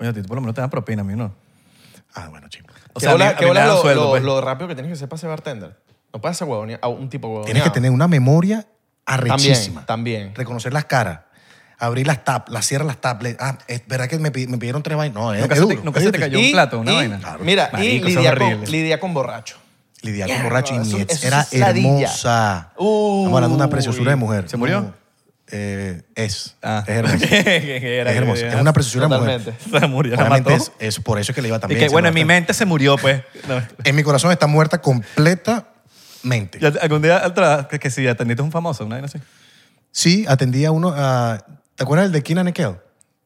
Oye, a ti por lo menos te dan propina, a mí no. Ah, bueno, chico. O ¿Qué sea, a mí- bola- a mí qué me bola dan lo, sueldo, lo- pues. <laughs> lo rápido que tienes que ser para ser bartender? No puedes ser huevón, a un tipo huevón. Tienes que tener una memoria arrechísima. También, también. Reconocer las caras. Abrir las tablas, las cierras las tablas. Ah, es verdad que me, pi- me pidieron tres vainas. No, es, Nunca es se te- duro, nunca es se te difícil. cayó un plato, una y- vaina. Mira, y Marico, eso es lidia con, horrible. lidia con borracho. Lidiar Mierda, con borracho y eso- mi ex eso era es ladilla. hermosa. Estamos hablando de una preciosura de mujer. ¿Se murió? No, eh, es. Ah. Es <laughs> hermosa. es hermosa. Es una preciosura de mujer. Totalmente. Se murió, la mató. Obviamente es, es por eso que le iba Y también. que, se bueno, en mata. mi mente se murió, pues. <laughs> No. En mi corazón está muerta completamente. Ya, algún día, otra, que, que si atendiste a un famoso, una vaina así. Sí, atendí a uno. a- ¿Te acuerdas del de Keenan and Kel? El,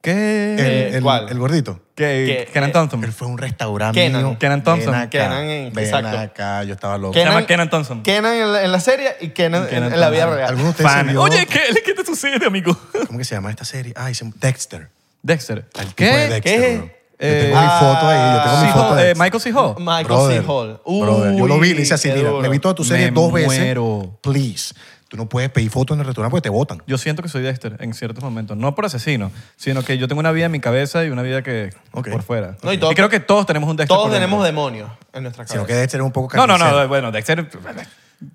¿Qué? el- ¿cuál? el gordito. ¿Qué? que- Kenan eh, Thompson. Él fue a un restaurante. Kenan. mío. Kenan Thompson. Ven acá, Kenan, eh, ven exacto. acá. Yo estaba loco. Se llama Kenan Thompson. Kenan en la, en la serie y Kenan, en- Kenan en la vida Thompson. real. ¿Alguno de ustedes se Fan. vio- Oye, ¿qué, ¿qué te sucede, amigo? ¿Cómo que se llama esta serie? Ay, se- Dexter. Dexter. El tipo de Dexter, ¿Qué? bro. Yo Eh, tengo mi foto ahí. Yo tengo mi Seahawk, foto de eh, Dexter. Michael C. Hall. Michael Brother, C. Hall. brother, yo lo vi, le hice Uy, así, qué mira, me duro. vi toda tu serie Me dos veces. muero. Please. Tú no puedes pedir fotos en el restaurante porque te votan. Yo siento que soy Dexter en ciertos momentos. No por asesino, sino que yo tengo una vida en mi cabeza y una vida que Ok. por fuera. No, y y, todo- creo que todos tenemos un Dexter. Todos por dentro. tenemos demonios en nuestra cabeza. Sino que Dexter es un poco No, no, carnicero. no. Bueno, Dexter.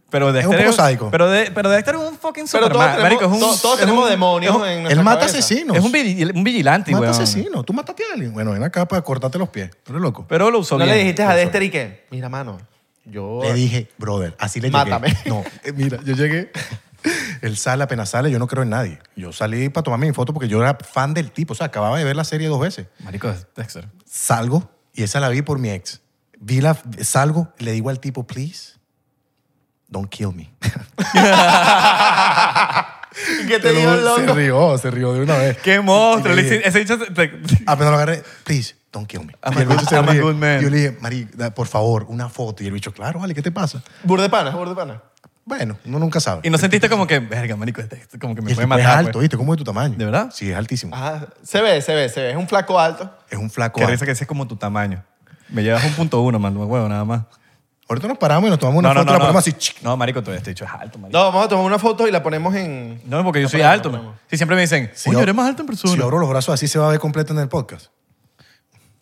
Pero Dexter poco sádico. Pero, de- pero Dexter es un fucking Pero superman. todos tenemos, marico, es un- to- todos es un- tenemos demonios es un- en nuestra Él mata cabeza. asesinos. Es un, vi- un vigilante, Mata weón. asesinos. Tú mataste a alguien. Bueno, ven acá para cortarte los pies. Tú eres loco. Pero lo usó ¿No le bien. dijiste a Dexter y qué? Mira, mano, yo... Le <laughs> dije, brother, así le Mátame. llegué. <laughs> No, eh, mira, yo llegué. Él sale, apenas sale, yo no creo en nadie. Yo salí para tomarme mi foto porque yo era fan del tipo. O sea, acababa de ver la serie dos veces. Marico, es Dexter. Salgo y esa la vi por mi ex. Vi la, salgo, le digo al tipo, please, don't kill <laughs> me. ¿Qué te digo, se loco? rió, se rió de una vez. ¡Qué monstruo! Y le Le dije- hice- Ese dicho. te- Apenas Ah, lo agarré, please, don't kill me. I'm Y el a bicho good- se I'm a ríe. good Ah, man. Yo le dije, Mari, da- por favor, una foto. Y el bicho, claro, vale, ¿qué te pasa? Burdepana, burdepana. Bueno, uno nunca sabe. Y no sentiste como que, verga, marico, es Dexter, como que Y me el puede tipo es matar. alto, pues. ¿viste? ¿Cómo es tu tamaño? ¿De verdad? Ah. Sí, es altísimo. Ajá, se ve, se ve, se ve. Es un flaco alto. Es un flaco. Qué alto. risa que ese es como tu tamaño. Me llevas un punto uno, man, huevo, nada más. Ahorita nos paramos y nos tomamos una foto y la ponemos así. chic. No, marico, tú este dicho es alto, marico. No, vamos a tomar una foto y la ponemos en... No, porque yo soy ponemos, alto. la man. ponemos. Sí, siempre me dicen, Si oye, yo- eres más alto en Si yo persona. abro los brazos así se va a ver completo en el podcast.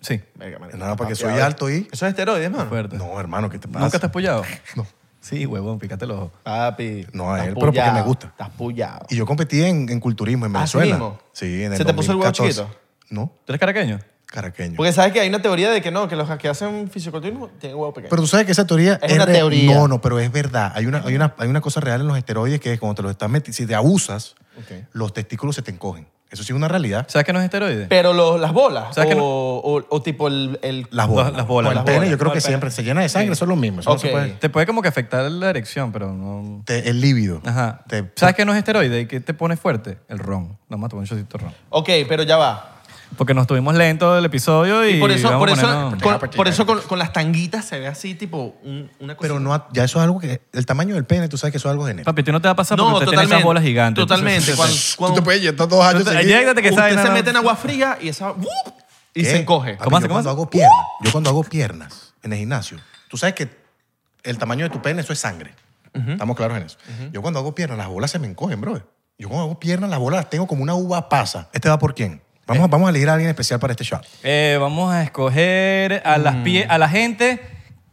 Sí. Venga, marico, Nada, porque soy papeado. alto y- Eso es esteroides, mano. Fuerte. No, hermano, ¿qué te pasa? ¿Nunca te has pollado? No. Sí, huevón, pícate los ojos. Papi. No, a estás él, pero porque pullado, me gusta. Estás pullado. Y yo competí en, en culturismo en Ah, ¿Así Venezuela. mismo? Sí, en el ¿Se te puso el huevo 2014. chiquito? No, ¿Tú eres caraqueño? caraqueño. Porque sabes que hay una teoría de que no, que los que hacen fisicoturismo tienen huevo pequeño. Pero tú sabes que esa teoría Es una re- teoría. No, no, pero es verdad. Hay una, hay una, hay una cosa real en los esteroides que es cuando te los estás metiendo, si te abusas, Ok. los testículos se te encogen. Eso sí es una realidad. ¿Sabes que no es esteroide? Pero los- las bolas. ¿Sabes o, que no? o- o tipo el. el- Las bolas. Las- las bolas. Con el Las pene, bolas. yo creo Con que el pene. siempre se llena de sangre, son los mismos. Eso no se Ok. puede- Te puede como que afectar la erección, pero no... te- el líbido. Ajá. Te- ¿Sabes que no es esteroide y que te pone fuerte? El ron. Nada más tomar un shotcito de ron. Ok, pero ya va. Porque nos tuvimos lento del episodio y... Y por eso, vamos por a eso, ponernos- con, por eso con, con las tanguitas se ve así, tipo un- una cosa. Pero no, ha- ya eso es algo que. El tamaño del pene, tú sabes que eso es algo genético. Papi, tú no te va a pasar porque usted tiene esas bolas gigantes. Totalmente. Entonces, Cuando, cuando llevar dos Entonces, ayédate que usted sabes, se no, no. Ah, mete en agua fría y esa. ¡wup! Y se encoge. Papi, ¿Cómo hace, yo cómo cuando hace? hago piernas, yo cuando hago piernas en el gimnasio, tú sabes que el tamaño de tu pene, eso es sangre. Estamos claros en eso. Yo cuando hago piernas, las bolas se me encogen, brother. Yo cuando hago piernas, las bolas las tengo como una uva pasa. ¿Este va por quién? Eh. Vamos, a- vamos a elegir a alguien especial para este shot. <laughs> Eh, vamos a escoger a, las pie- a la gente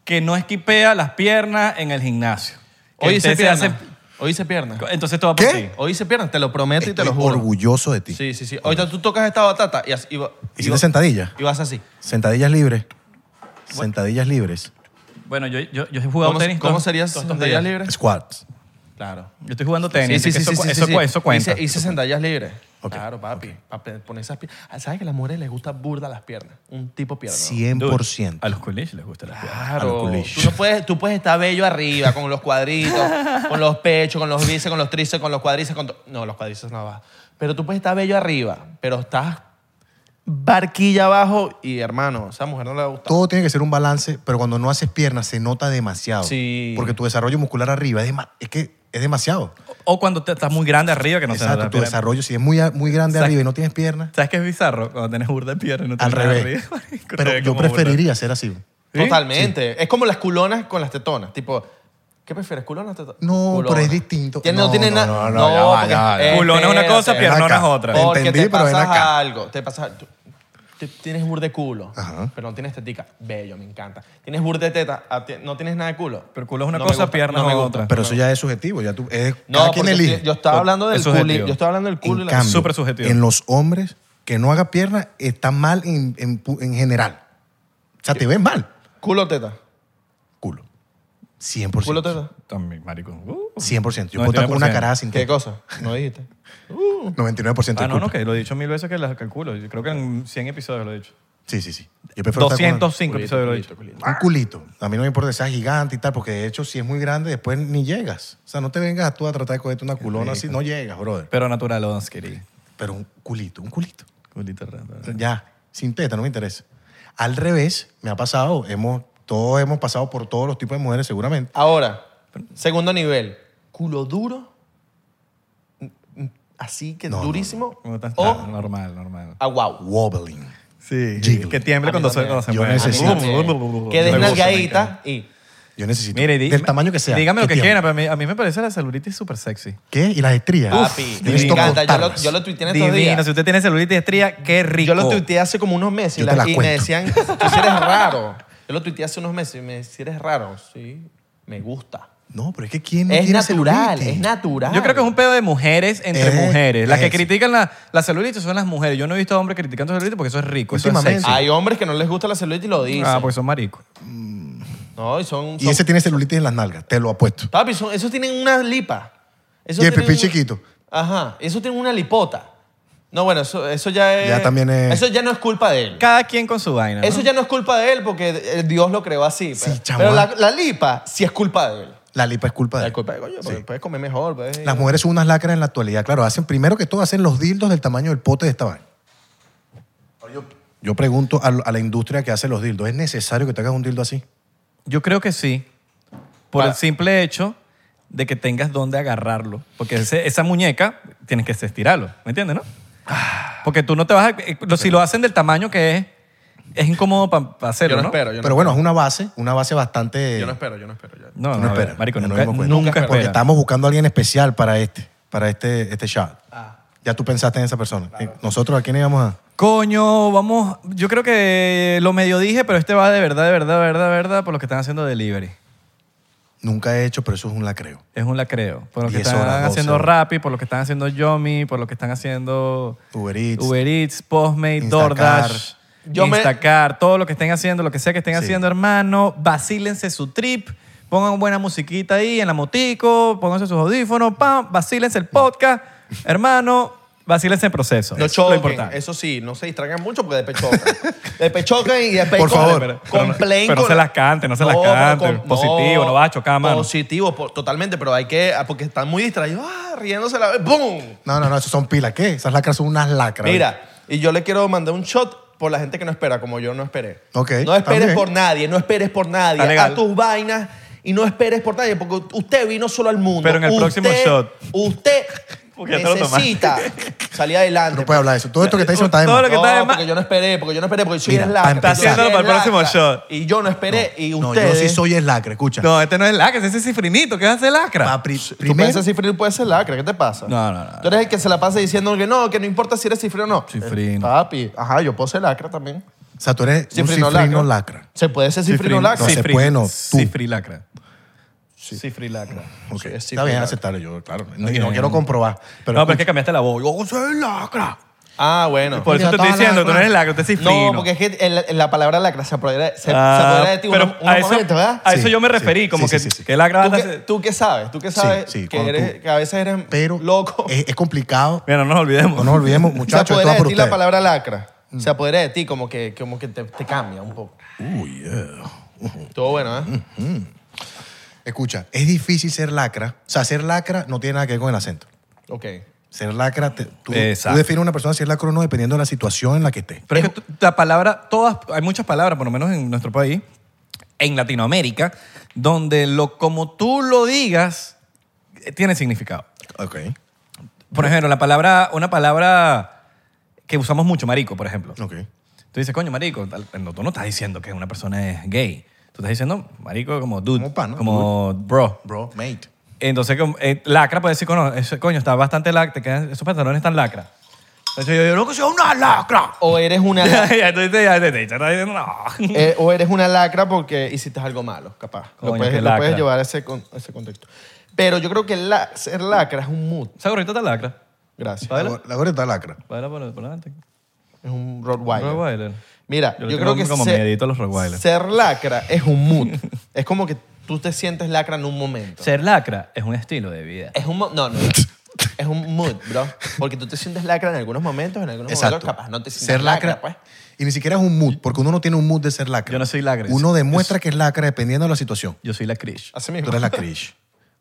que no esquipea las piernas en el gimnasio. Que Hoy usted se hice pierna. hace- Hoy hice pierna. Entonces todo va por ¿Qué? ti. Hoy hice pierna, te lo prometo y te Estoy lo juro. orgulloso de ti. Sí, sí, sí. Ahorita tú tocas esta batata y, así- y, va- y ¿Hiciste va- sentadillas? y vas así. Sentadillas libres. Sentadillas libres. Bueno, yo, yo, yo he jugado ¿Cómo, tenis. ¿cómo todos- serías todos estos sentadillas días. libres? Squats. Claro. Yo estoy jugando tenis. así que eso, cu- eso cu- eso cuenta. Hice, hice sentadillas libres. Ok, Claro, papi. Papi, Poner esas pier- Ah, ¿Sabes que a las mujeres les gusta burda las piernas? Un tipo pierna. 100%. A los culiches les gusta la pierna. a los Claro. culiches. Tú, no puedes, tú puedes estar bello arriba, con los cuadritos, con los pechos, con los bíceps, con los tríceps, con los cuadriceps. Con to- no, los cuadriceps no va. Pero tú puedes estar bello arriba, pero estás barquilla abajo y hermano, esa mujer no le gusta. Todo tiene que ser un balance, pero cuando no haces piernas se nota demasiado. Sí. Porque tu desarrollo muscular arriba es, dema- es que es demasiado. O cuando te- estás muy grande arriba que no se nota Exacto, tu la pierna. desarrollo, si es muy, muy grande Exacto. arriba y no tienes piernas, ¿Sabes qué es bizarro? Cuando tienes burda de pierna y no al tienes nada revés. arriba. <laughs> Marico, <laughs> te Pero ves yo como burda. preferiría ser así. ¿Sí? Totalmente. Es como las culonas con las tetonas. Tipo, ¿qué prefieres, culona o tetona? No, Culona. pero es distinto. Tiene- no, No, tiene no, nada. no, no, ya va, porque- ya va, ya va. Culona es una espérate. cosa, Ven pierna acá. es otra. Te Porque entendí, te pero ven pasas acá. algo. Te pasas. tú- tú tienes burde de culo, Ajá. pero no tienes tetica. Bello, me encanta. Tienes burde de teta, a ti- no tienes nada de culo. Pero culo es una No me cosa, gusta, pierna no me es gusta. otra. Pero eso ya es subjetivo. Ya tú, es, No, cada quien porque elige. estoy- yo estaba hablando del Eso es culo. y- objetivo. Yo estaba hablando del culo y En la- cambio, Súper subjetivo. En los hombres, que no haga piernas está mal en, en pu- en general. O sea, te ven mal. Culo o teta. Culo. 100%. Culo o teta. También, marico. Uh. 100%. Yo puedo estar con una 99%. cara sin ¿Qué teta. cosa? No dijiste. 99% de Ah, no, culpa. no, que lo he dicho mil veces que las calculo. Yo creo que en 100 episodios lo he dicho. Sí, sí, sí. Yo prefiero estar con- 205 Culito, episodios lo he culito, dicho. culito. Un culito. A mí no me importa que sea gigante y tal, porque de hecho, si es muy grande, después ni llegas. O sea, no te vengas tú a tratar de cogerte una culona así. No llegas, brother. Pero natural, Onskiri. Pero un culito, un culito. Culito raro. Ya, sin teta, no me interesa. Al revés, me ha pasado. Hemos, todos hemos pasado por todos los tipos de mujeres, seguramente. Ahora, segundo nivel. Culo duro. mm, mm, Así que No, no, durísimo. ¿Cómo estás? O Ah, normal, normal. a wow. Wobbling. Sí. Jiggly. Que tiemble A mí cuando se, también. cuando se Yo mueve. necesito. Que Me gusta, desnalgadita y. Yo necesito. Mire, di- del tamaño que sea. Dígame lo ¿Qué que tiempo? quiera, pero a mí, a mí me parece la celulitis súper sexy. ¿Qué? ¿Y las estrías? Papi, Yo me necesito encanta. Yo lo, cortarlas. yo lo tuiteé en estos Divino. días. Si usted tiene celulitis de estría, qué rico. Yo lo tuiteé hace como unos meses y, Oh. Yo te la- la y me cuento. decían, tú sí eres raro. Yo lo tuiteé hace unos meses y me decían, si eres raro, sí, me gusta. No, pero es que ¿quién no Es tiene natural, celulitis? es natural. Yo creo que es un pedo de mujeres entre Es- mujeres. Las que es. critican la, la celulitis son las mujeres. Yo no he visto a hombres criticando celulitis porque eso es rico. Eso es Últimamente. sexy. Hay hombres que no les gusta la celulitis y lo dicen. Ah, porque son maricos. No, y son... Y son- ese tiene celulitis en las nalgas, te lo apuesto. Papi, son- esos tienen una lipa. Esos Y el tienen pipí chiquito. Ajá, esos tienen una lipota. No, bueno, eso, eso ya es... Ya también es- Eso ya no es culpa de él. Cada quien con su vaina. ¿no? Eso ya no es culpa de él porque eh, Dios lo creó así. Sí, pero- chamo. eh. pero la, la lipa sí es culpa de él. La lipa es culpa de La él. culpa de coño, porque Sí. puedes comer mejor. puedes- Las mujeres son unas lacras en la actualidad. Claro, hacen primero que todo hacen los dildos del tamaño del pote de esta vaina. Ahora Yo, yo pregunto a, lo- a la industria que hace los dildos, ¿es necesario que te hagas un dildo así? Yo creo que sí. Por Para- el simple hecho de que tengas dónde agarrarlo. Porque ese- esa muñeca tienes que estirarlo. ¿Me entiendes, no? Ah. Porque tú no te vas a. eh, lo- Si lo hacen del tamaño que es, es incómodo para Yo hacerlo. no ¿no? espero, yo no Pero bueno, es una base, una base bastante... Yo no espero, yo no espero. ya. No, Tú no no, a ver, esperas, Marico, ya nos nunca, dimos cuenta. nunca Porque espera. estábamos buscando a alguien especial para este, para este, este shot. Ah. Ya tú pensaste en esa persona. Eh, Nosotros a quién íbamos a... Coño, vamos. Yo creo que lo medio dije, pero este va de verdad, de verdad, de verdad, de verdad, por lo que están haciendo delivery. Nunca he hecho, pero eso es un lacreo. Es un lacreo. Por lo que 10 están horas, 12 haciendo horas. Rappi, por lo que están haciendo Yomi, por lo que están haciendo Uber Eats. Uber Eats, Postmate, Instacart. DoorDash, Yo me- Instacart, todo lo que estén haciendo, lo que sea que estén Sí. haciendo, hermano, vacílense su trip, pongan buena musiquita ahí en la motico, pónganse sus audífonos, pam, vacílense el podcast, hermano, vacílense el proceso. No Eso es lo choquen, importante. eso sí, no se distraigan mucho porque después chocan. después chocan y después Por con- favor. con Pero no- complain pero no con se la- las cante, no se las pero cante. Positivo, no vas a chocar, mano. Positivo, po- totalmente, pero hay que, ah, porque están muy distraídos, ah, riéndose la vez, ¡boom! No, no, no, eso son pilas. ¿Qué? Esas lacras son unas lacras. Mira, y yo le quiero mandar un shot por la gente que no espera, como yo no esperé. Ok, No esperes también. por nadie, no esperes por nadie. Está legal. Haz tus vainas y no esperes por nadie, porque usted vino solo al mundo. Pero en el Usted- próximo shot. Usted <laughs> Porque ya te lo necesita salir adelante. No puedes hablar de eso. Todo esto que está diciendo está de Todo más. lo que está de no, más- porque yo no esperé, porque yo no esperé, porque soy Mira, el para lacra. empezar. yo soy Haciéndolo para el lacra, próximo shot. Y yo no esperé, y No, ustedes... yo sí soy el lacre, escucha. No, este no es lacra, ese es cifrinito, ¿qué hace lacra? Ah, Pa' pri- Tú primero, piensas cifrino puede ser lacra, ¿qué te pasa? No, no, no. Tú eres el que se la pasa diciendo que no, que no importa si eres cifrino o no. Cifrino. Eh, papi, ajá, yo puedo ser lacra también. o sea, tú eres un Cifrino cifrino lacra. lacra. Se puede ser cifrino lacra. No se puede, no, tú. Cifrilacra. Ok, Sí, es Está bien cifrino. aceptarlo yo, claro. No, no quiero comprobar. Pero No, pero es escucha, que cambiaste la voz. Yo soy lacra. Ah, bueno. Por eso te Mira, estoy todas las diciendo, tú no eres demás. lacra, usted sí es No, fino. porque es que el- el- la palabra lacra se apodera, se, se Ah, apodera de ti pero unos, unos a eso, momentos, ¿verdad? a eso Sí, yo me sí, referí, como sí, que, sí, sí, sí. que lacra ¿Tú banda qué, se- tú qué sabes, tú qué sabes sí, que, cuando eres, tú- que a veces eres <laughs> Pero loco. es, es complicado. Mira, no nos olvidemos. No nos olvidemos, se muchachos, esto apodera va de por Mm. ti la ustedes. palabra lacra. Se apodera de ti como que, como que te, te cambia un poco. Uy, yeah. Mm. Todo bueno, ¿eh? Escucha, es difícil ser lacra. O sea, ser lacra no tiene nada que ver con el acento. Ok. Ser lacra, te- tú, tú Exacto. defines a una persona si es lacra o no dependiendo de la situación en la que esté. Pero es que tú- la palabra, todas, hay muchas palabras, por lo menos en nuestro país, en Latinoamérica, donde lo como tú lo digas eh, tiene significado. Ok. Por ejemplo, la palabra, una palabra que usamos mucho, marico, por ejemplo. Ok. Tú dices, coño, marico, tal- no, tú no estás diciendo que una persona es gay. Tú estás diciendo, marico, como dude, Como pana, como bro. Bro, mate. Entonces, como, eh, lacra puede decir, coño, ese coño está bastante lacra, te quedan- esos pantalones están lacra. Entonces yo digo, loco, soy una lacra. O eres <laughs> una lacra, ya, tú dices, ya, te- te- te estás diciendo, no. eh, o eres una lacra porque hiciste algo malo, capaz. Coño, lo puedes, qué lo puedes lacra. llevar a ese, con- a ese contexto. Pero yo creo que la- ser lacra es un mood. Esa gorrita está lacra. Gracias. La, Baila. gor- la gorra está lacra. Baila por, por adelante. Es un Rottweiler. Rottweiler. Mira, Yo yo, le tengo creo que como ser, miedito a los Rottweilers. ser lacra es <laughs> un mood. es como que tú te sientes lacra en un momento. Ser lacra es un estilo de vida. Es un mo- no, no, no. Es un mood, bro. Porque tú te sientes lacra en algunos momentos, en algunos Exacto. momentos capaz no te pues. sientes ser lacra, Y ni siquiera es un mood, porque uno no tiene un mood de ser lacra. Yo no soy lacra. Uno Yo- demuestra que es lacra dependiendo de la situación. Yo soy la Krish. Así Tú mismo. <laughs> eres la Krish.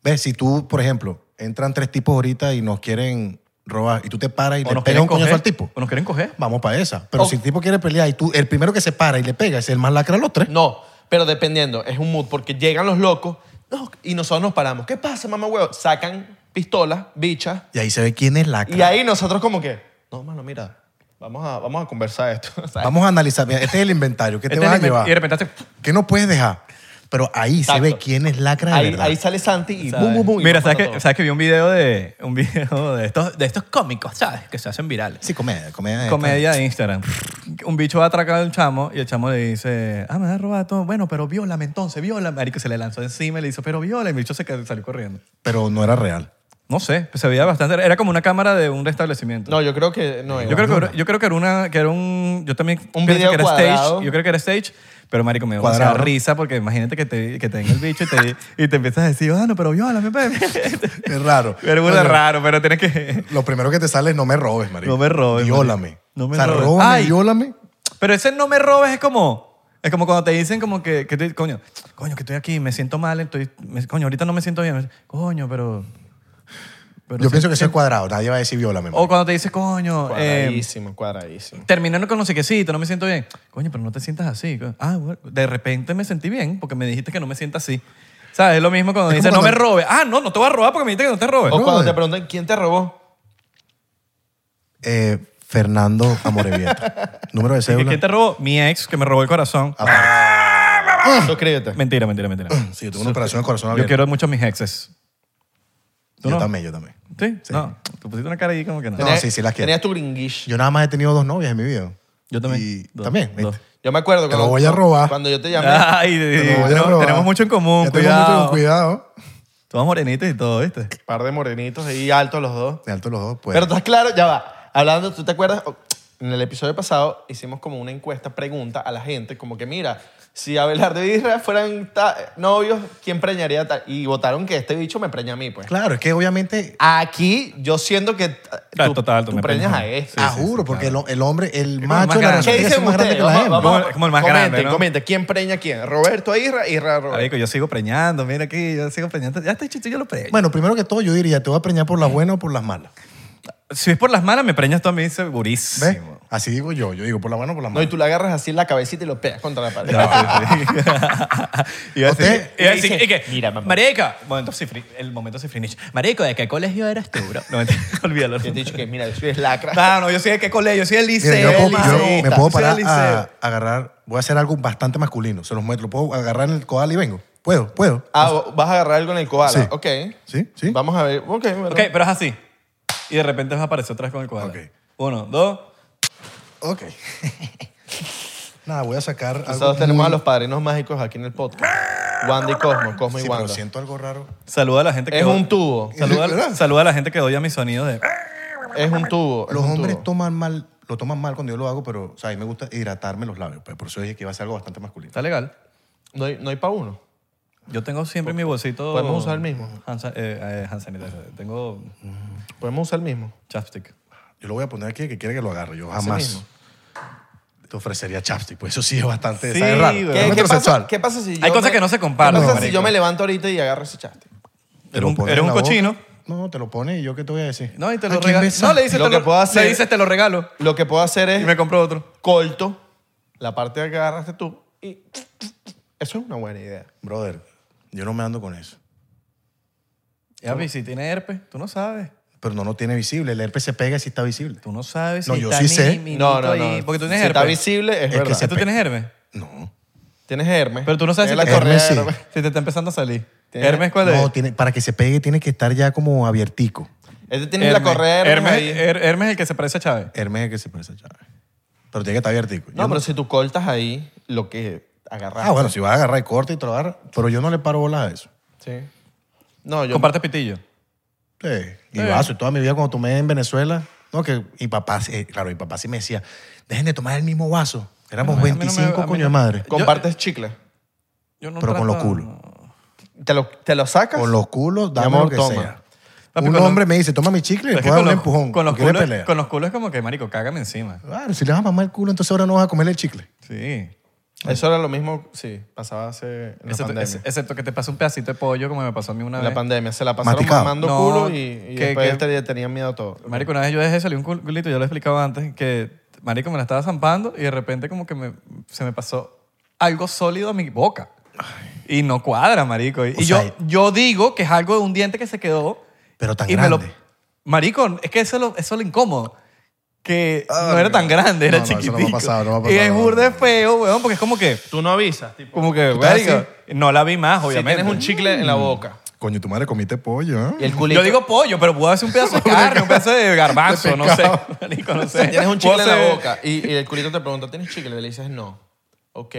¿Ves? Si tú, por ejemplo, entran tres tipos ahorita y nos quieren robar y tú te paras y le pegas un coñazo al tipo, O nos quieren coger. vamos para esa. Pero O- si el tipo quiere pelear y tú, el primero que se para y le pega es el más lacra de los tres. No, pero dependiendo, es un mood porque llegan los locos no, y nosotros nos paramos. ¿Qué pasa, mamá huevo? Sacan pistolas, bichas, Y ahí se ve quién es lacra. y ahí nosotros como que, no, mano, mira, vamos a, vamos a conversar esto. <laughs> O sea, Vamos a analizar. Mira, este es el inventario. ¿Qué te Este vas a es el- llevar? Y de repente hace- ¿Qué no puedes dejar? Pero ahí Exacto. se ve quién es lacra de ahí, verdad. ahí sale Santi y ¿sabes? bum, bum, bum. y Mira, nos ¿sabes mata que, <laughs> todo. ¿sabes que vi un video de un video de estos, de estos cómicos, ¿sabes? Que se hacen virales. Sí, comedia. Comedia. Comedia de Instagram. Un bicho va a atracar al chamo y el chamo le dice, ah, me vas a robar todo. Bueno, pero viólame entonces, viólame. Marico se le lanzó encima y le hizo, pero viólame. El bicho se ca- salió corriendo. Pero no era real. No sé, se veía bastante. Era como una cámara de un establecimiento. No, yo creo que no. yo, creo que, era- yo creo que era una. Que era un, yo también. Un pienso video que era cuadrado. stage. Yo creo que era stage. Pero, marico, me dio Cuadrado. demasiada risa porque imagínate que te, que te den el bicho y te, y te empiezas a decir, ah, no, pero viólame, bebé. Es <laughs> raro. Pero bueno, Coño, raro, pero tienes que. <laughs> Lo primero que te sale es no me robes, marico. No me robes, Viólame. marico. No me o sea, robes. róbame, Ay. viólame. Pero ese no me robes es como. Es como cuando te dicen como que, que estoy- coño, coño, que estoy aquí, me siento mal, estoy, me- coño, ahorita no me siento bien. Coño, pero... pero Oh. Yo sí- pienso que sí. eso es cuadrado. Nadie va a decir viólame. O cuando te dices, coño, eh, Cuadradísimo, cuadradísimo. terminando con no sé quécito, no me siento bien. Coño, pero no te sientas así. co- Ah, bueno, de repente me sentí bien porque me dijiste que no me sienta así. ¿Sabes? Es lo mismo cuando Es como dices, no me cuando- robes. Ah, no, no te voy a robar porque me dijiste que no te robes. O cuando brother. te preguntan quién te robó. Eh, Fernando <laughs> Amorevieta. Número de Ah. Y que, cédula. ¿Quién te robó? Mi ex, que me robó el corazón. Ah. Suscríbete. Mentira, <clears throat> mentira, mentira. Sí, yo tengo una operación de corazón Yo abierto. quiero mucho a mis exes. Yo ¿Tú no? también, yo también. ¿Sí? No, tú pusiste una cara ahí como que no. No. Tenías- sí, sí las quiero. Tenías tu gringuish. Yo, Yo nada más he tenido dos novias en mi vida. Yo también. Y- Dos, también. dos. ¿viste? me acuerdo Te lo cuando, voy a robar. cuando yo te llamé. Ay, Te lo voy a tenemos- robar. tenemos mucho en común, Ya tengo cuidado. mucho cuidado. Todos morenitos y todo, ¿viste? par de morenitos ahí altos los dos. De alto los dos, pues. Pero estás claro, ya va. Hablando, ¿tú te acuerdas? O- En el episodio pasado hicimos como una encuesta, pregunta a la gente, como que mira, si Abelardo y Israel fueran ta- novios, ¿quién preñaría a tal? Y votaron que este bicho me preña a mí, pues. claro, es que obviamente Aquí yo siento que t- Claro, total, tú tú me preñas preñas. a este. Sí, ah, sí, juro, sí, porque claro. el, el hombre, el como macho, el más la grande. ¿Qué relación es dicen más grande ustedes? que la Vamos, hembra. vamos, Como- como el más comenten, grande, ¿no? comenten. ¿Quién preña a quién? ¿Roberto a Isra? Isra a Roberto. Marico, yo sigo preñando, mira aquí, yo sigo preñando. Ya estoy chito, yo lo preño. Bueno, primero que todo, yo diría, te voy a preñar por las buenas o por las malas. si es por las malas, me preñas tú a mí segurísimo. ¿Ves? Así digo yo. Yo digo por las buenas o por las No, y malas. tú le agarras así la cabecita y lo pegas contra la pared. pues. Ah. <laughs> Y así, Usted- y así, y que, Mira, mamá. Marica, momento cifri- el momento cifrinich. Marico, ¿de qué colegio eras tú, bro? No, mentira, <laughs> olvídalo. Yo te he dicho que, mira, yo soy lacra. No, no, yo soy de qué colegio, yo soy del liceo. Mira, yo, puedo- yo liceísta, me puedo soy parar del a, liceo. agarrar, voy a hacer algo bastante masculino. Se los muestro. ¿Puedo agarrar en el codal y vengo? ¿Puedo? ¿Puedo? Ah, vo- vas a agarrar algo en el koala. Sí. Ok. Sí, sí. Vamos a ver. Ok, bueno. Ok, pero es así. Y de repente vas a aparecer otra vez con el cuadro. Ok. Uno, dos. Ok. <laughs> Nada, voy a sacar algo Nosotros tenemos muy- a los padrinos mágicos aquí en el podcast. Wanda y Cosmo, Cosmo y Sí, pero Wanda. siento algo raro. Saluda a la gente que... Es un tubo. Saluda, saluda a la gente que odia mis sonidos de... Es un tubo. es Los un hombres tubo. toman mal, lo toman mal cuando yo lo hago, pero o sea, a mí me gusta hidratarme los labios. Pues por eso dije que iba a ser algo bastante masculino. Está legal. No hay, no hay para uno. Yo tengo siempre mi bolsito. Podemos usar el mismo. Hand, sa- eh, eh, hand sanitizer. Tengo Podemos usar el mismo. chapstick. Yo lo voy a poner aquí que quiere que lo agarre. Yo Ese jamás mismo. te ofreciría chapstick. Pues eso sí es bastante Sí, ¿sabes? raro. güey. Es ¿Qué- ¿Qué, qué heterosexual. pasa, ¿Qué pasa si yo Hay cosas me- que no se comparan, ¿Qué pasa marico. si yo me levanto ahorita y agarro ese chaste? Te lo Eres un- pones eres en un la boca. cochino. No, te lo pones y yo qué te voy a decir. No, y te ¿A lo quién regalo. besas? No, le dices, Lo te que lo, puedo hacer- le dices, te lo regalo. Lo que puedo hacer Y es me compro otro. colto la parte que agarraste tú y eso es una buena idea. Brother, yo no me ando con eso. Ya, vi, si tiene herpes, tú no sabes. Pero no, no tiene visible. El herpes se pega si está visible. Tú no sabes si No, yo está sí ni- sé. ni- No, no, ni- no. Porque tú tienes si herpes. está visible, es, Es que verdad. se- ¿Tú tienes herpes? No. Tienes hermes. Pero tú no sabes si Tienes te- la correa Hermes de sí. hermes. Si te está empezando a salir. Tiene- ¿Hermes cuál No, es? tiene, para que se pegue tiene que estar ya como abiertico. Este tiene la correa de Hermes, hermes. ahí. Her- Hermes es el que se parece a Chávez. Hermes es el que se parece a Chávez. Pero tiene que estar abiertico. Yo No, pero si tú cortas ahí lo que agarraste. Ah, bueno, si vas a agarrar y corta y te lo agarra, Pero yo no le paro bolas a eso. Sí. No, yo Comparte pitillo. Sí. Y Sí. vaso, y toda mi vida cuando tomé en Venezuela, no, que mi papá, sí- eh, claro, mi papá sí me decía, dejen de tomar el mismo vaso. Éramos A mí no me- 25 a mí coño no- de madre. compartes chicle. Yo no Pero con los trato- culos. ¿Te lo, te lo sacas? Con los culos, Mi dame amor, lo que toma. sea. Papi, un con los- hombre me dice, toma mi chicle y Es le que puedo dar con un los- empujón. Con los, porque quiere culos, pelea. con los culos es como que, marico, cágame encima. Claro, si le vas a mamar el culo, entonces ahora no vas a comer el chicle. Sí. Eso era lo mismo, sí, pasaba hace en la Excepto, pandemia. ex- excepto que te pase un pedacito de pollo como me pasó a mí una En vez. la pandemia se la pasaron Masticado. mamando No, culo y, y que- después que- te- tenían miedo a todo. Marico, una vez yo dejé salir un cul- culito, ya lo he explicado antes, que marico me la estaba zampando y de repente como que me- se me pasó algo sólido a mi boca. Y no cuadra, marico. Y, O y sea, yo, yo digo que es algo de un diente que se quedó. Pero tan y grande. Me lo, marico, es que eso es lo, eso es lo incómodo. Que Ah, no era tan grande, era no, no, eso no me ha chiquitico. pasado, no me ha y pasado, es no. burde feo, weón, porque es como que, Tú no avisas, tipo. como que, tú estás verga, así, no la vi más, obviamente. Si tienes un chicle en la boca Coño, tu madre comiste pollo, ¿eh? Mm. y el culito. Yo digo <laughs> pollo, pero pudo haber sido un pedazo de carne, un pedazo de garbanzo, no sé. Marico, <laughs> no sé. <laughs> tienes un Pudo chicle en la ser- boca y, y el culito te pregunta, ¿tienes chicle? Y le dices, no. Ok.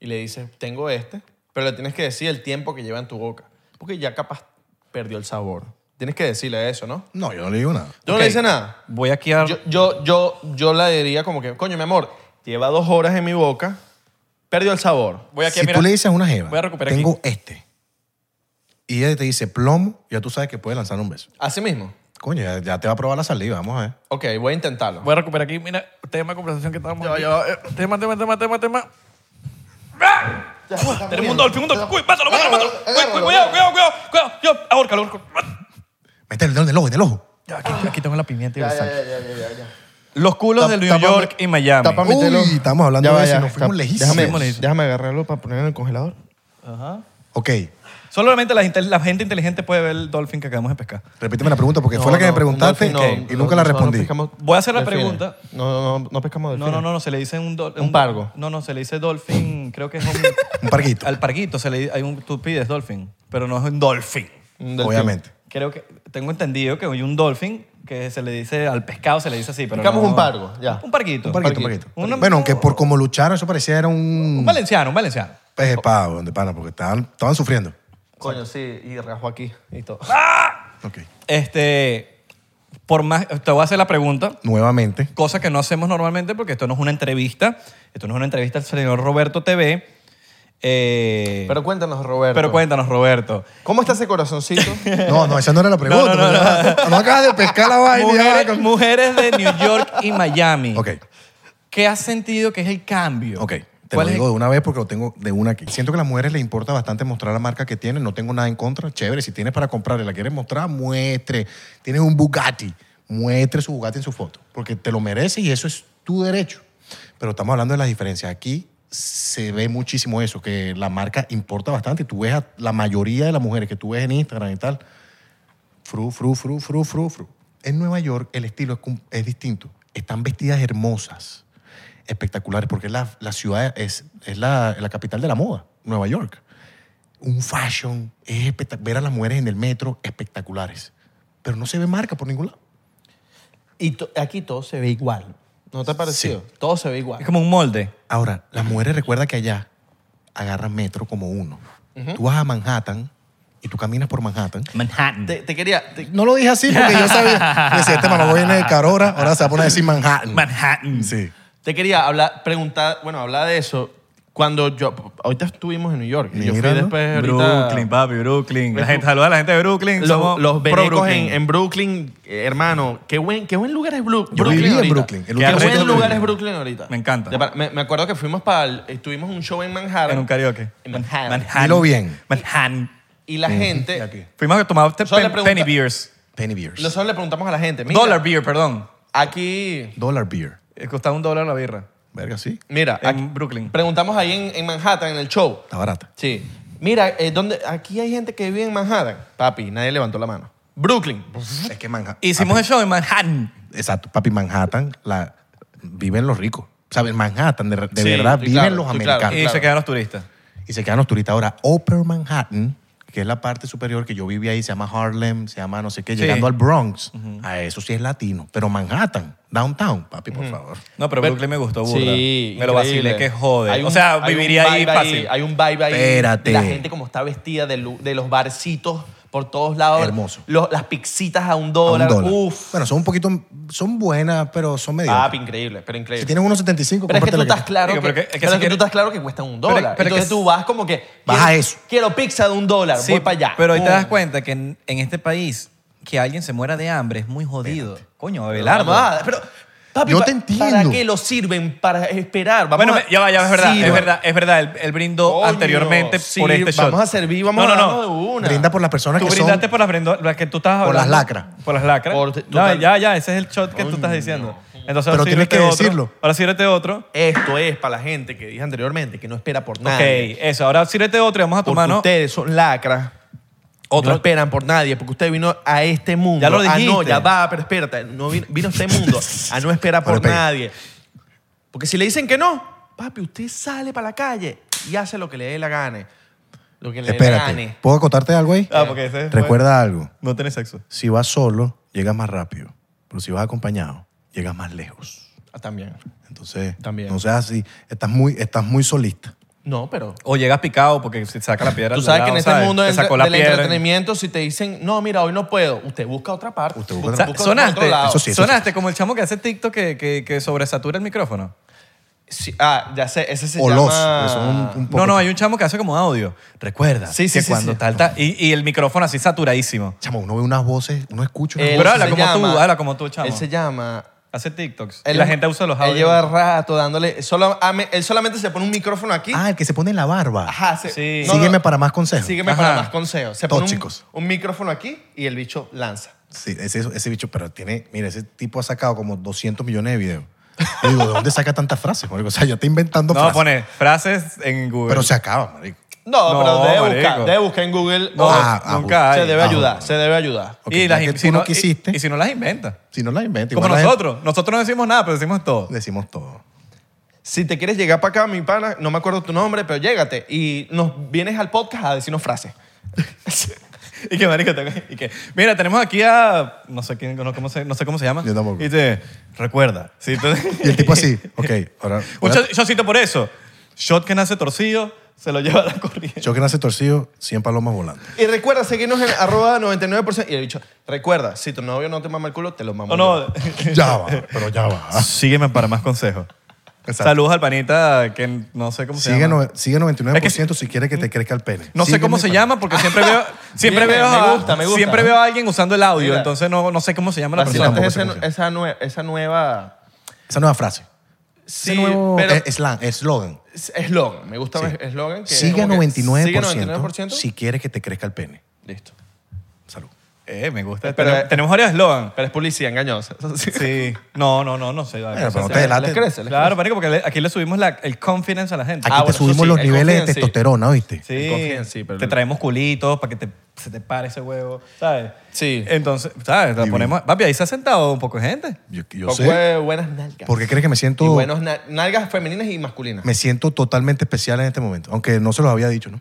Y le dices, tengo este. Pero le tienes que decir el tiempo que lleva en tu boca. Porque ya capaz perdió el sabor. Tienes que decirle eso, ¿no? No, yo no le digo nada. Tú no Ok, le dices nada. Voy aquí a... Yo, yo, yo, yo la diría como que, coño, mi amor, lleva dos horas en mi boca, perdió el sabor. voy aquí a si mirar. tú le dices a una jeva, Voy a recuperar tengo aquí. este, y ella te dice plomo, ya tú sabes que puede lanzar un beso. Así mismo. Coño, ya, ya te va a probar la saliva, vamos a ver. Ok, voy a intentarlo. Voy a recuperar aquí, mira, tema de conversación que estábamos... Ya va, aquí. ya va, eh. Tema, tema, tema, tema, tema. ¡Ah! Tenemos un dolphin, un dolphin. Uy, mátalo, mátalo, mátalo. Agárralo, Uy, Cuidado, agárralo, cuidado, cuidado. cuidado. Yo, ahorcalo, ahorcalo. Mete el dedo en el ojo, en el ojo. Ya, aquí, aquí tengo la pimienta y el sal. ya, ya, ya, ya. Los culos de New Tápame- York y Miami. tápame Uy, telo. estamos hablando Ya de va, eso y ya. nos fuimos Tá- lejísimos. Déjame, Lejísimos. déjame agarrarlo para ponerlo en el congelador. Ok, Solamente la gente, la gente inteligente puede ver el dolphin que acabamos de pescar. repíteme la pregunta porque No, fue la que no, me preguntaste un dolphin no, y nunca la no, no respondí. pescamos Voy a hacer la delfines. pregunta. No, no, no, no pescamos No, delfines. no, no, no, se le dice un... dol- Un pargo. No, no, se le dice este dolphin, creo que es un... Un parguito, <laughs> Al parguito, se le, di- hay un, tú pides dolphin, pero no es un dolphin. Un delfín. obviamente. Creo que, tengo entendido que hay un dolphin que se le dice, al pescado se le dice así, pero Digamos no- un pargo, ya. Un parguito. Un parguito, un parguito. Una- bueno, aunque por como lucharon, eso parecía era un Un valenciano, un valenciano. pez de pavo, donde pana, porque estaban, estaban sufriendo. Coño, sí, y rasgo aquí y todo. Ah. Ok, Este, por más, te voy a hacer la pregunta, nuevamente. cosa que no hacemos normalmente porque esto no es una entrevista, esto no es una entrevista al señor Roberto TV. eh, Pero cuéntanos, Roberto. pero cuéntanos, Roberto. ¿Cómo está ese <laughs> corazoncito? No, no, esa no era la pregunta. No, no, no, no. acabas de pescar la vaina. y ya Mujeres, con- mujeres de New York y Miami. Ok, ¿Qué has sentido que es el cambio? ok. Te ¿Cuál lo es el- digo de una vez porque lo tengo de una aquí. Siento que a las mujeres les importa bastante mostrar la marca que tienen. No tengo nada en contra. Chévere, si tienes para comprar y la quieres mostrar, muestre. Tienes un Bugatti, muestre su Bugatti en su foto. Porque te lo mereces y eso es tu derecho. Pero estamos hablando de las diferencias. Aquí se ve muchísimo eso, que la marca importa bastante. Tú ves a la mayoría de las mujeres que tú ves en Instagram y tal, Fru, fru, fru, fru, fru, fru. En Nueva York el estilo es, cum- es distinto. Están vestidas hermosas, espectaculares, porque la, la ciudad es, es la, la capital de la moda, Nueva York. Un fashion, es espectac- ver a las mujeres en el metro espectaculares. Pero no se ve marca por ningún lado. y to- aquí todo se ve igual. ¿No te ha parecido? Todo se ve igual. Es como un molde. Ahora, las mujeres recuerda que allá agarran metro como uno. Tú vas a Manhattan y tú caminas por Manhattan. Manhattan. Te, te quería. te- No lo dije así porque yo sabía. Yo Decía, este mamá viene de Carora, ahora se va a poner a decir Manhattan. Manhattan. Sí. Te quería hablar, preguntar, bueno, hablar de eso. Cuando yo, ahorita estuvimos en New York. y Yo fui Mira, ¿no? después ahorita- Brooklyn, papi, Brooklyn. La Bru- gente, saluda a la gente de Brooklyn. Los, Somos los pro venecos en, Brooklyn. en Brooklyn, eh, hermano, qué buen, qué buen lugar es Bru- Brooklyn. Yo viví en ahorita. Brooklyn, el Qué, último sitio buen donde lugar viví. es Brooklyn ahorita. Me encanta. De par- Me, me acuerdo que fuimos para, estuvimos en un show en Manhattan. En un karaoke. En Manhattan. Dilo bien. Manhattan. Y la gente, Y aquí. Fuimos a tomar este Solo le pen- pregunta- penny beers. Penny beers. nosotros le preguntamos a la gente, mira, Dollar beer, perdón. aquí, Dollar beer. Eh, Costaba un dólar la birra. Verga, sí. mira, En aquí- Brooklyn. preguntamos ahí en, en Manhattan, en el show. Está barata. Sí. Mira, eh, ¿dónde- aquí hay gente que vive en Manhattan. Papi, nadie levantó la mano. Brooklyn. Es que Manhattan. Hicimos el show en Manhattan. Exacto, papi, Manhattan la, viven los ricos. ¿Sabes? Manhattan, de, de Sí, verdad, sí, viven claro, los sí, claro. americanos. Y Claro. se quedaron los turistas. Y se quedan los turistas. Ahora, Upper Manhattan, que es la parte superior que yo viví ahí, se llama Harlem, se llama no sé qué, Sí. llegando al Bronx. A eso sí es latino. Pero Manhattan, downtown, papi, por favor. No, pero Brooklyn me gustó burda. Sí. Me lo increíble. vacilé que jode. Hay o un- sea, hay un viviría ahí vibe fácil. Hay un vibe ahí. Espérate. La gente como está vestida de, lu- de los barcitos por todos lados. Hermoso. Los- las pixitas a un A un dólar. dólar. Uf. Bueno, son un poquito, son buenas, pero son medio. Papi, increíble, pero increíble. si tienes unos 75, Pero es que cómprate tú la estás claro que, Digo, pero que- es que pero si es que tú quieres- estás claro que cuesta un Pero- dólar. pero Entonces que- tú vas como que Baja quiero- eso. Quiero pizza de un dólar, voy para allá. Pero ahí te Pum. das cuenta que en, en este país que alguien se muera de hambre es muy jodido. Coño, Abelardo. Mamada, Pero, papi, Yo pa- te entiendo. ¿Para qué lo sirven? Para esperar. Vamos bueno, a- me- ya va, ya va, es verdad, Sirva. es verdad, es verdad. Él, él brindó Coño, anteriormente sí, por este show. Vamos a servir, vamos no, a no, darnos no. de una. Brinda por las personas Tú que son. brindaste por las, brindo- las que tú estabas Por las hablando. lacras. Por las lacras. Por- tú ya, tal- ya, ya, ese es el shot que tú estás diciendo. Entonces, ahora Pero tienes sírvete que otro. decirlo. Ahora sírvete otro. Esto es para la gente que dije anteriormente que no espera por nadie. Ok, eso. Ahora sírvete otro y vamos a Porque tomar, ¿no? ustedes son lacras. Otro. No esperan por nadie, porque usted vino a este mundo. Ya lo Ah, no, dijiste. ya va, pero espérate. No vino, vino a este mundo a no esperar <laughs> por Pero espera. nadie. Porque si le dicen que no, papi, usted sale para la calle y hace lo que le dé la gane. Lo que le dé la Espérate, gane. ¿puedo contarte algo ahí? Ah, porque ese fue- Recuerda algo. No tenés sexo. Si vas solo, llegas más rápido. Pero si vas acompañado, llegas más lejos. Ah, También. Entonces, También. no seas así. Estás muy, estás muy solista. No, pero. O llegas picado porque se saca la piedra. Tú al sabes que lado, en este ¿sabes? mundo Te del, sacó la del piedra. entretenimiento, si te dicen, no, mira, hoy no puedo, usted busca otra parte. Usted busca O sea, otra- por otro sonaste, lado. Eso sí. sonaste como el chamo que hace TikTok que, que, que sobresatura el micrófono. Sí, ah, ya sé, ese se o los. llama... porque son un- un No, poco- no, hay un chamo que hace como audio. Recuerda Sí, sí, que sí, cuando sí. tal, tal- y, y el micrófono así saturadísimo. Chamo, uno ve unas voces, uno escucha unas Él Pero voces. habla se como tú, habla como tú, chamo. Él se llama... Hace TikToks. él- y la gente usa los audios. Él lleva rato dándole... Solo, a mí- él solamente se pone un micrófono aquí. Ah, el que se pone en la barba. Ajá, se- Sí. Sígueme para más consejos. Sígueme Ajá. para más consejos. Se pone un, Tóxicos. un micrófono aquí y el bicho lanza. Sí, ese, ese bicho, pero tiene, mira, ese tipo ha sacado como 200 millones de videos. Yo digo, ¿de dónde saca tantas frases? marico? O sea, ya está inventando no, frases. pone frases en Google. Pero se acaba, marico. No, No, pero debe buscar, marico. debe buscar en Google. No, o- Ah, ah, nunca hay. se debe ah, ayudar, bueno. se debe ayudar. Ok, y ya las que in- tú si no no- y- quisiste. Y, si no las inventa. Si no la inventa. Como igual la gente- nosotros. Nosotros no decimos nada, pero decimos todo. decimos todo. Si te quieres llegar para acá, mi pana, no me acuerdo tu nombre, pero llégate y nos vienes al podcast a decirnos frases. <laughs> y que marico te- y que mira tenemos aquí a no sé quién no, cómo se, no sé cómo se llama Yo tampoco. y te recuerda <laughs> sí, te- Y el tipo así, ok, ahora. <laughs> un shot- shotcito por eso shot que nace torcido se lo lleva a la corriente Yo que nace torcido, 100 palomas volando. Y recuerda seguirnos en arroba 99%. Y el bicho, recuerda, si tu novio no te mama el culo, te lo mamo. no no <laughs> yo. Ya va, pero ya va. sígueme para más consejos Ah. Exacto. saludos al panita que no sé cómo se Sigue, llama no- sigue 99% Es que si quiere que te crezca el pene. no sé Sígueme cómo se para- llama porque <laughs> siempre veo siempre Bien, veo me a- gusta, me gusta. siempre veo a alguien usando el audio Mira. entonces no, no sé cómo se llama la persona tampoco Vacilante es se esa, funciona. esa nue- esa nueva. Esa nueva frase. Sí, Ese nuevo pero. eh, slang, eslogan. es- Eslogan, me gusta más eslogan. que Sigue a como que, 99%, Sigue 99%. si quieres que te crezca el pene. Listo. Salud. eh, me gusta Pero- tenemos, tenemos <laughs> varios eslogan Pero es publicidad engañosa. sí no no no no sé dale, Bueno, pero no sé. no te delates. Les crece, les Claro, crece. marico, porque le- aquí le subimos la- el confidence a la gente. Aquí Ah, te bueno, eso subimos sí, los el niveles de confidence, sí. testosterona, ¿viste? sí. confidence, sí, pero- Te traemos culitos para que te, se te pare ese huevo, ¿sabes? Sí. Eh, Entonces, ¿sabes? La Divino. ponemos... Papi, ahí se ha sentado un poco de gente. Yo, yo Poco sé. de buenas nalgas. Porque crees que me Y siento, buenas na- nalgas femeninas y masculinas. me siento totalmente especial en este momento. Aunque no se los había dicho, ¿no?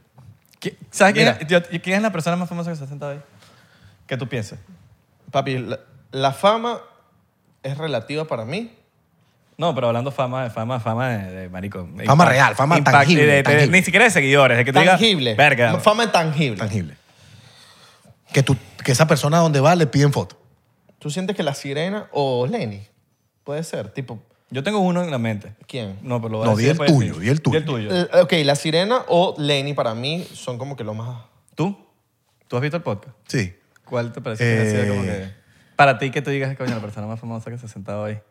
¿Qui- ¿Sabes quién Mira. es, yo- quién es la persona más famosa que se ha sentado ahí? ¿Qué tú piensas? Papi, la, la fama es relativa para mí. No, pero hablando fama, fama, fama de, de marico. Fama real, fama tangible, de- de- tangible. Ni siquiera de seguidores. Es que te diga, Tangible. Verga. Fama es tangible. Tangible. que, tú, que esa persona donde va le piden foto. ¿Tú sientes que la sirena o Lenny? Puede ser, tipo. Yo tengo uno en la mente. ¿Quién? No, pero lo voy No, a di decir el después de tuyo, ti. di el tuyo. Di el tuyo. Eh, Ok, la sirena o Lenny para mí son como que lo más. ¿Tú? ¿Tú has visto el podcast? Sí. ¿Cuál te parece que ha sido Eh. como que... Para ti que tú digas, coño, la persona más famosa que se ha sentado ahí.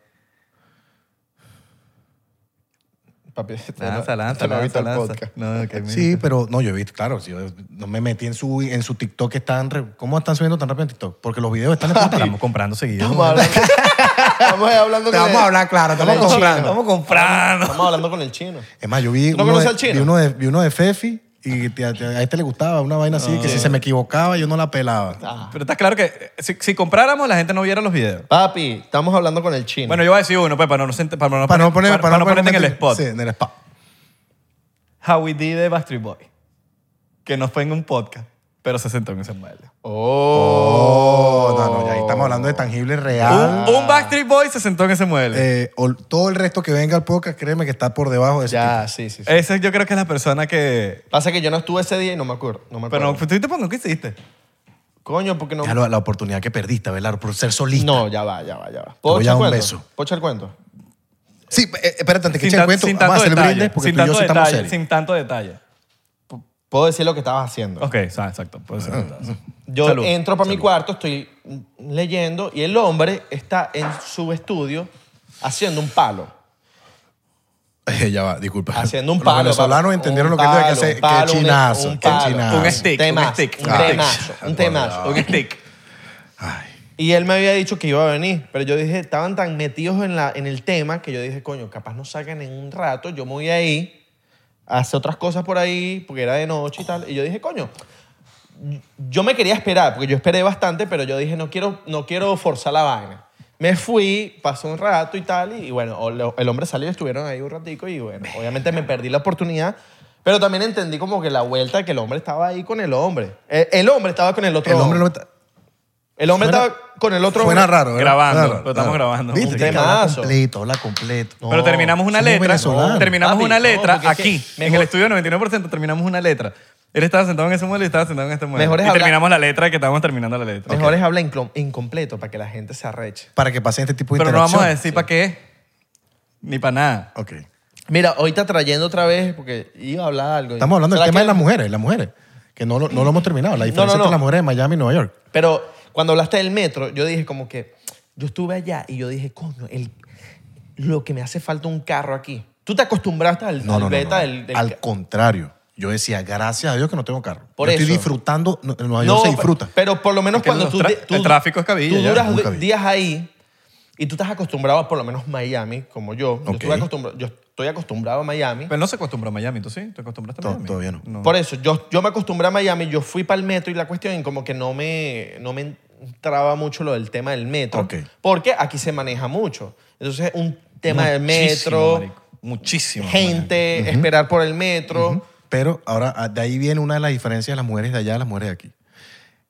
Papi, Ah, Lanza, lanza, te lo he visto lanza, el lanza. podcast. No, que <laughs> mira. Sí, pero no, yo he visto, claro, si yo no me metí en su, en su TikTok que están, re- ¿cómo están subiendo tan rápido en TikTok? Porque los videos <laughs> están en Estamos comprando seguido. Estamos hablando, estamos hablando Te con vamos el- a hablar claro, estamos con el chino. comprando. Estamos comprando. Estamos hablando con el chino. Es más, yo vi, ¿No uno, conoces de, al chino? vi uno de, vi uno de Fefi y te- te- a este le gustaba una vaina Ah, así, que si se me equivocaba yo no la pelaba. Pero está claro que eh, si, si compráramos, la gente no viera los videos. Papi, estamos hablando con el chino. Bueno, yo voy a decir uno, pues, para no, sent- para no, para no poner- poner, para- para para no ponerte en el meter- spot. Sí, en el spot. How We Did de Backstreet Boy. Que no fue en un podcast, pero se sentó en ese mueble. Oh, no, no, ya ahí estamos hablando de tangible real. Un, un Backstreet Boy se sentó en ese mueble. Ah. Eh, ol- todo el resto que venga al podcast, créeme que está por debajo de ese ya, sí, sí, sí. Eh. Esa yo creo que es la persona que... Pasa que yo no estuve ese día y no me acuerdo. No me Pero acuerdo. no, tú te pongo, ¿qué hiciste? Coño, porque no. tipo. Ya lo- la oportunidad que perdiste, Velar, por ser solista. No, ya va, ya va, ya va. voy a echar dar un cuento? beso. ¿Puedo echar cuento? Sí, eh, espérate, antes que eche tan- el cuento, sin vamos a tanto hacer el detalle. brindis porque sin tú y yo tanto sí estamos detalle, serios. Sin tanto detalle. Puedo decir lo que estabas haciendo. Ok, sa- exacto. puede Ah. ser. Yo Salud. entro para mi cuarto, estoy leyendo y el hombre está en su estudio haciendo un palo. Eh, <laughs> ya va, disculpa. Haciendo un Los palo. venezolanos papi. entendieron Un lo que es que hace. palo, un Qué palo, un- chinazo, un qué palo. chinazo. Ah, Un stick, un Temazo, stick, Un un stick. temazo, un temazo. Un stick. Y él me había dicho que iba a venir, pero yo dije, estaban tan metidos en, la, en el tema que yo dije, coño, capaz nos sacan en un rato, yo me voy ahí, hace otras cosas por ahí, porque era de noche y tal. Y yo dije, coño, yo me quería esperar, porque yo esperé bastante, pero yo dije, no quiero, no quiero forzar la vaina. Me fui, pasó un rato y tal, y, y bueno, o lo- el hombre salió, estuvieron ahí un ratico y bueno, obviamente me perdí la oportunidad, pero también entendí como que la vuelta que el hombre estaba ahí con el hombre. El, el hombre estaba con el otro El hombre no está- El hombre Suena- estaba con el otro Suena hombre. raro, ¿verdad? Grabando, Claro, pero estamos claro. grabando. Viste, Un tienes que hablar temazo. completo, habla completo. No. Pero terminamos una somos letra. venezolanos. Terminamos Papi, una no, letra porque es que aquí. en mejor- el estudio 99% terminamos una letra. Él estaba sentado en ese mueble y estaba sentado en este mueble. Mejor es y hablar- terminamos la letra que estábamos terminando la letra. Mejor es habla inclo- incompleto para que la gente se arreche. Para que pasen este tipo de Pero no interacción. vamos a decir para qué es, ni para nada. Ok. Mira, hoy está trayendo otra vez porque iba a hablar algo. Estamos hablando del ¿Será tema que- de las mujeres, las mujeres. Que no lo, no lo hemos terminado. La diferencia no. entre las mujeres de Miami y Nueva York. Pero cuando hablaste del metro, yo dije como que yo estuve allá y yo dije, coño, el, lo que me hace falta un carro aquí. Tú te acostumbraste al, No, al no, no, beta no. del, del Al ca- contrario. Yo decía, gracias a Dios que no tengo carro. Por Yo estoy eso. disfrutando. no, En Nueva York No, se disfruta. Pero por lo menos Es que cuando los tú, tra- de- tú- el tráfico es cabilla, Tú ya. duras Muy du- cabilla. días ahí y tú estás acostumbrado a por lo menos Miami, como yo. Yo, Ok. estuve acostumbrado, yo estoy acostumbrado a Miami. Pero no se acostumbró a Miami, ¿tú sí? ¿Te acostumbraste a To- Miami? todavía no. Por eso, yo, yo me acostumbré a Miami, yo fui para el metro y la cuestión y como que no me, no me entraba mucho lo del tema del metro. Ok. Porque aquí se maneja mucho. Entonces, un tema del Muchísimo, metro, marico. Muchísimo. gente, esperar por el metro. Pero ahora ah, de ahí viene una de las diferencias de las mujeres de allá a las mujeres de aquí.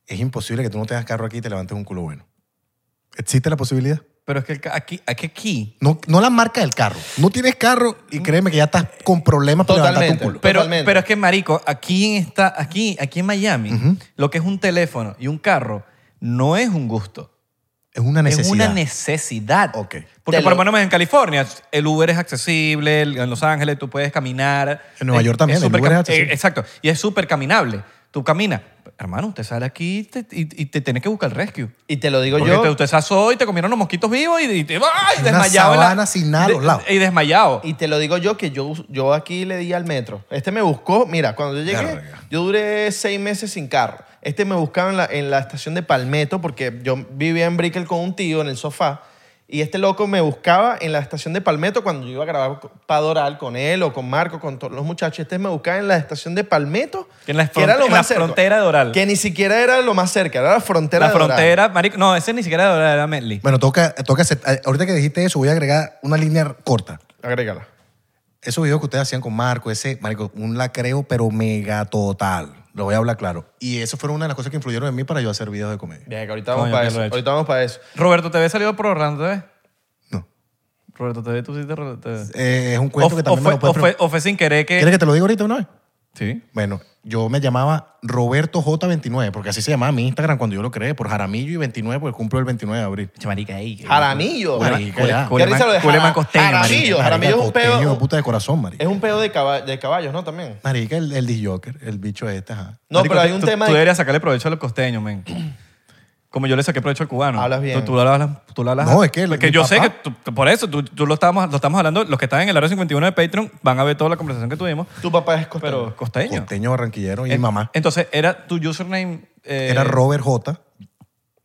Es imposible que tú no tengas carro aquí y te levantes un culo bueno. ¿Existe la posibilidad? Pero es que el ca- aquí, aquí, aquí No, no la marca del carro. No tienes carro y Mm. créeme que ya estás con problemas para levantarte un Totalmente. culo. Pero, Totalmente. pero es que, marico, aquí en, esta, aquí, aquí en Miami, lo que es un teléfono y un carro no es un gusto. Es una necesidad. Es una necesidad. Ok. Porque Te por lo lo- menos en California el Uber es accesible, el- en Los Ángeles tú puedes caminar. En Nueva Es- York también, el súper Uber es cam- accesible. eh, exacto. Y es súper caminable. Tú caminas. Hermano, usted sale aquí y te, y- y te tienes que buscar el rescue. Y te lo digo Porque yo. te- usted se asó y te comieron los mosquitos vivos y, y te ¡ay! Una desmayado. en la- sabana sin nada a los de- lados. Y desmayado. Y te lo digo yo que yo, yo aquí le di al metro. Este me buscó, mira, cuando yo llegué, Verga. yo duré seis meses sin carro. Este me buscaba en la, en la estación de Palmetto porque yo vivía en Brickell con un tío en el sofá. Y este loco me buscaba en la estación de Palmetto cuando yo iba a grabar co- Padoral con él o con Marco, con todos los muchachos. Este me buscaba en la estación de Palmetto, Que en la fron- en la frontera de Doral. Que ni siquiera era lo más cerca, era la frontera la de Doral. frontera, marico. No, ese ni siquiera era, era Medley. Bueno, toca, toca aceptar- Ahorita que dijiste eso, voy a agregar una línea corta. Agrégala. Esos videos que ustedes hacían con Marco, ese, Marco, un lacreo, pero mega total. Lo voy a hablar claro. Y eso fueron una de las cosas que influyeron en mí para yo hacer videos de comedia. Bien, que ahorita vamos Coño, para qué eso. recho. Ahorita vamos para eso. Roberto TV salió por Orlando ¿eh? TV. No. Roberto TV, tú sí te Roberto TV. Eh, es un cuento O- que o también me fue, lo puedes o fue- o fue sin querer que. ¿Quieres que te lo diga ahorita una vez? Sí. Bueno, yo me llamaba Roberto J29, porque así se llamaba mi Instagram cuando yo lo creé, por Jaramillo y 29, porque cumplo el 29 de abril. Chamarica ahí. Jaramillo. Bueno, marico. ya. Ya Culeman- dice lo de Culeman Jara- costeño, marico. Jaramillo. Marica, Jaramillo es un costeño de pedo. puta de corazón, marica. Es un pedo de, caba- de caballos, ¿no? También. Marica, el, el disc jockey, el bicho este, ajá. No, Marico, pero hay tú- un tú- tema Tú de- deberías sacarle provecho a los <clears throat> costeños, men. Como yo le saqué provecho al cubano. Hablas bien. Tú, tú lo hablas, tú lo hablas. No, es que el- mi yo sé papá- que tú- que por eso, tú, tú lo, estábamos, lo estamos hablando. Los que están en el área 51 de Patreon van a ver toda la conversación que tuvimos. Tu papá es costeño. Pero costeño. Costeño barranquillero y Eh, mi mamá. Entonces, era tu username. eh, Era Robert J.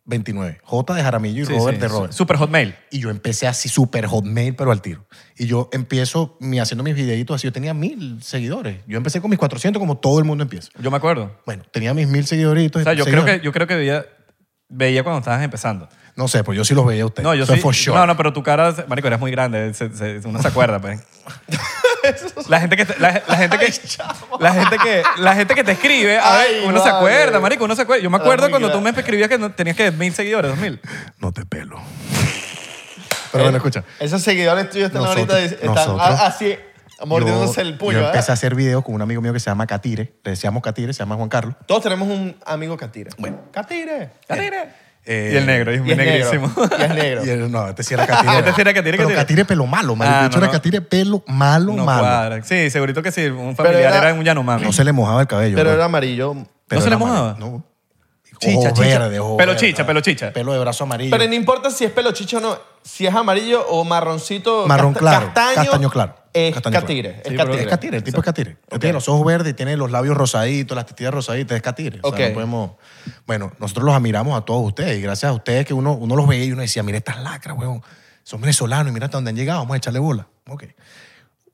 29. J de Jaramillo y sí, Robert sí, de su- Robert. Super Hotmail. Y yo empecé así súper hotmail, pero al tiro. Y yo empiezo mi, haciendo mis videitos así. Yo tenía mil seguidores. Yo empecé con mis 400 como todo el mundo empieza. Yo me acuerdo. Bueno, tenía mis mil seguidoritos. O sea, yo creo seguidores. que, yo creo que veía, veía cuando estabas empezando. No sé, pues yo sí los veía a ustedes. No, yo Eso sí. for sure. No, no, pero tu cara, marico, eras muy grande. se- se- uno se acuerda, pues. La gente que te- la, la gente que la gente que la gente que te escribe, a ver, Ay, uno se vale. acuerda, marico, uno se acuerda. Yo me Era acuerdo muy cuando tú me grande. escribías que no- tenías que mil seguidores, dos mil. No te pelo. pero Eh, bueno, escucha. Esos seguidores tuyos están Nosotros- ahorita están nosotros- a- así mordiéndose Yo- el ¿eh? puño. Yo empecé a ¿verdad? hacer videos con un amigo mío que se llama Catire. Le decíamos Catire, se llama Juan Carlos. Todos tenemos un amigo catire. Bueno. Catire. Catire. Eh, y el negro, y es Y muy es negrísimo. negro. Y es <laughs> negro. Y él, no, este sí era Catire. Este sí era Catire, Pero Catire. Catire. pelo malo, marico. Ah, De hecho, no, era no. Catire pelo malo, No malo. cuadra. Sí, segurito que sí, un familiar era- era, un yanomami. No se le mojaba el cabello. Pero ¿no? era amarillo. Pero ¿No se era le mojaba? amarillo, No. Chicha, Ojo chicha. verde, ojo Pelo verde. chicha, pelo chicha. Pelo de brazo amarillo. Pero no importa si es pelo chicho o no, si es amarillo o marroncito. Marrón casta- claro, Castaño. castaño claro, Es castaño claro. catire. Sí, Es pero catire. es catire, el tipo es catire. Tiene los ojos verdes, tiene los labios rosaditos, las tetillas rosaditas, es catire. O sea, Ok. no podemos... Bueno, nosotros los admiramos a todos ustedes y gracias a ustedes que uno, uno los veía y uno decía, mira estas lacras, huevón, son venezolanos y mira hasta dónde han llegado, vamos a echarle bola. Ok.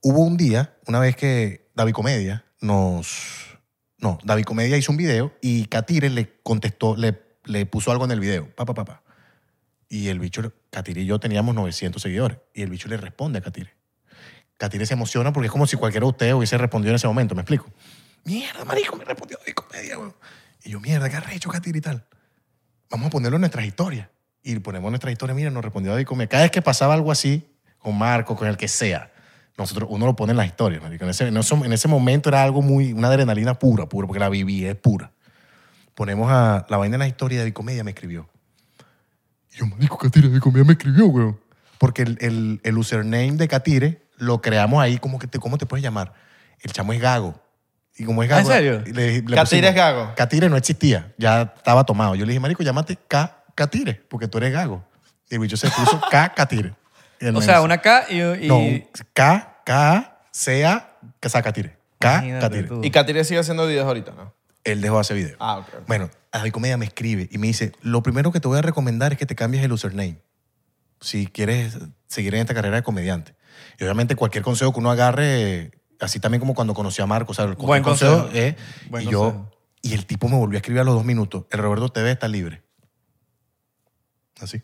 Hubo un día, una vez que David Comedia nos... No, David Comedia hizo un video y Catire le contestó, le, le puso algo en el video. Pa, pa, pa, pa. Y el bicho, Catire y yo teníamos 900 seguidores. Y el bicho le responde a Catire. Catire se emociona porque es como si cualquiera de ustedes hubiese respondido en ese momento, ¿me explico? Mierda, marico, me respondió de comedia, weón. Y yo, mierda, qué arrecho, Catire y tal. Vamos a ponerlo en nuestras historias. Y ponemos en nuestras historias, mira, nos respondió de comedia. Cada vez que pasaba algo así, con Marco, con el que sea, nosotros, uno lo pone en las historias, marico. En ese, en eso- en ese momento era algo muy, una adrenalina pura, pura, porque la viví, es pura. Ponemos a la vaina en las historias de comedia, me escribió. Y yo, marico, Catire de comedia me escribió, weón. Porque el, el, el username de Catire lo creamos ahí como que te, ¿cómo te puedes llamar? El chamo es gago. Y como es ¿Ah, gago... en serio? le- le Catire pusimos- es gago. Catire no existía. Ya estaba tomado. Yo le dije, marico, llámate K Catire, porque tú eres gago. Y el bicho se puso K Catire. Y el O men sea, se- una K y, y- No, un K, K, C, A, que sea Catire. K, Imagínate Catire. tú. Y catire sigue haciendo videos ahorita, ¿no? Él dejó ese video. Ah, ok, ok. Bueno, David Comedia me escribe y me dice, lo primero que te voy a recomendar es que te cambies el username si quieres seguir en esta carrera de comediante. Y obviamente cualquier consejo que uno agarre, así también como cuando conocí a Marco, o sea, el Buen consejo, consejo. eh, Buen y yo, consejo. y el tipo me volvió a escribir a los dos minutos, el Roberto TV está libre. Así.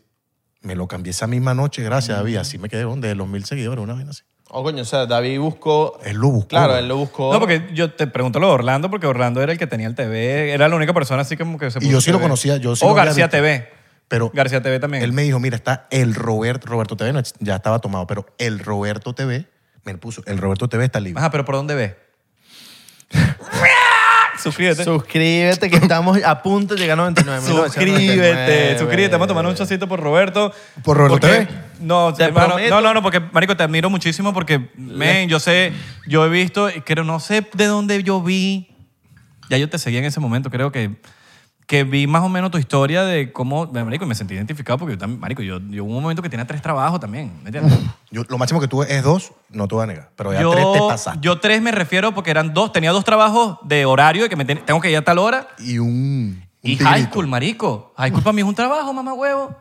Me lo cambié esa misma noche, gracias, David. Así me quedé donde los mil seguidores, una vez así. Oh, coño, o sea, David buscó. Él lo buscó. Claro, güey. él lo buscó. No, porque yo te pregunto lo de Orlando, porque Orlando era el que tenía el TV, era la única persona así como que se Y puso yo sí lo TV. conocía, yo sí O lo había García visto. TV. Pero García TV también. Él me dijo, mira, está el Robert, Roberto TV, no, ya estaba tomado, pero el Roberto TV, me lo puso, el Roberto TV está libre. Ajá, pero ¿por <laughs> dónde ves? suscríbete. Suscríbete que estamos a punto de llegar a 99. suscríbete, suscríbete. Vamos a tomar un chocito por Roberto. ¿Por Roberto Porque- TV? No, Te hermano, prometo. no, no, no, porque, marico, te admiro muchísimo porque, men, yo sé, yo he visto, pero no sé de dónde yo vi. Ya yo te seguía en ese momento, creo que que vi más o menos tu historia de cómo, bueno, marico, y me sentí identificado porque yo también, marico, yo, yo hubo un momento que tenía tres trabajos también, ¿me entiendes? Yo, lo máximo que tuve es dos, no te voy a negar, pero ya yo, tres te pasaste. yo tres me refiero porque eran dos, tenía dos trabajos de horario de que me ten- tengo que ir a tal hora y un, un y tigrito. high school, marico. High school para mí es un trabajo, mamá huevo.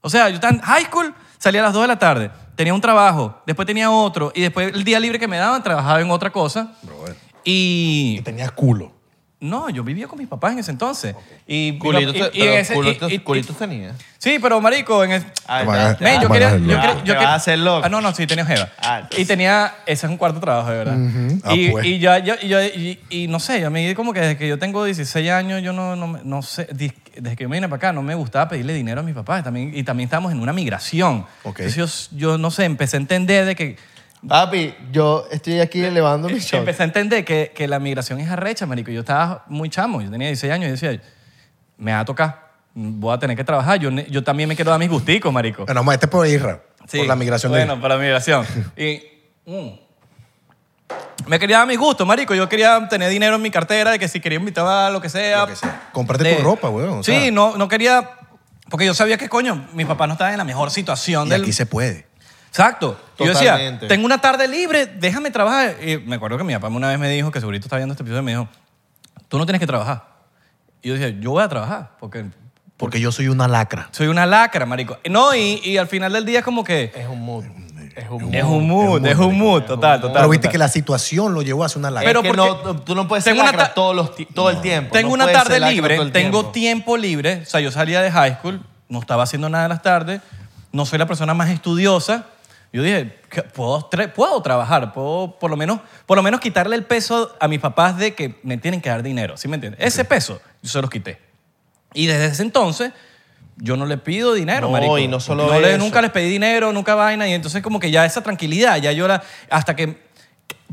O sea, yo tan high school, salía a las 2 de la tarde, tenía un trabajo, después tenía otro y después el día libre que me daban trabajaba en otra cosa. Brother, Y y tenías culo. no, yo vivía con mis papás en ese entonces. Y, Culitos y- y- y en ese- y- y- y- tenías. Sí, pero marico, en es- Ah, Ay, Toma, ya, agarra- Men, yo Toma, quería. agarra el Yo loco. quería- yo Te quería- vas a hacer loco. Ah, no, no, sí, tenía jeva. Ah, y tenía. Ese es un cuarto trabajo, de verdad. Ah, y, pues. y ya, yo, y, yo- y- y no sé, a mí como que desde que yo tengo 16 años, yo no, no, me- no sé. dis- Desde que yo me vine para acá, no me gustaba pedirle dinero a mis papás. También, y también estábamos en una migración. Ok. Entonces yo, yo, no sé, empecé a entender de que. Papi, yo estoy aquí elevando <laughs> mi show. Empecé a entender que, que la migración es arrecha, marico. Yo estaba muy chamo, yo tenía 16 años y decía, me va a tocar, voy a tener que trabajar. Yo, ne- yo también me quiero dar mis gusticos, marico. Bueno, vamos, este es por Israel. Sí. Por la migración de Bueno, por la migración. Y mm, me quería dar mis gustos, marico. Yo quería tener dinero en mi cartera de que si quería invitar a lo que sea. Lo que sea. Cómprate tu ropa, weón, o Sí, sea. no, no quería... Porque yo sabía que, coño, mis papás no estaban en la mejor situación Y del... aquí se puede. Exacto. Y Yo Totalmente. decía, tengo una tarde libre, déjame trabajar. Y me acuerdo que mi papá una vez me dijo, que segurito está viendo este episodio, y me dijo, tú no tienes que trabajar. Y yo decía, yo voy a trabajar, porque Porque yo soy una lacra. soy una lacra, marico. No, y, y al final del día es como que... Es un mood. Es un Es un mood, es un mood, total, total. Pero viste total. que la situación lo llevó a ser una lacra. Pero Pero porque- no, tú no puedes ser Tengo una lacra ta- todos los ti- todo el tiempo. Tengo No una puedes ser tarde lacra libre, todo el tengo tiempo. tiempo libre. O sea, yo salía de high school, no estaba haciendo nada en las tardes, no soy la persona más estudiosa. Yo dije, ¿qué- puedo, tra- puedo trabajar, puedo por lo, menos, por lo menos quitarle el peso a mis papás de que me tienen que dar dinero, ¿sí me entiendes? Ese peso yo se los quité. Y desde ese entonces yo no le pido dinero, No, marico. y no solo le- eso. Nunca les pedí dinero, nunca vaina. Y entonces como que ya esa tranquilidad, ya yo la... Hasta que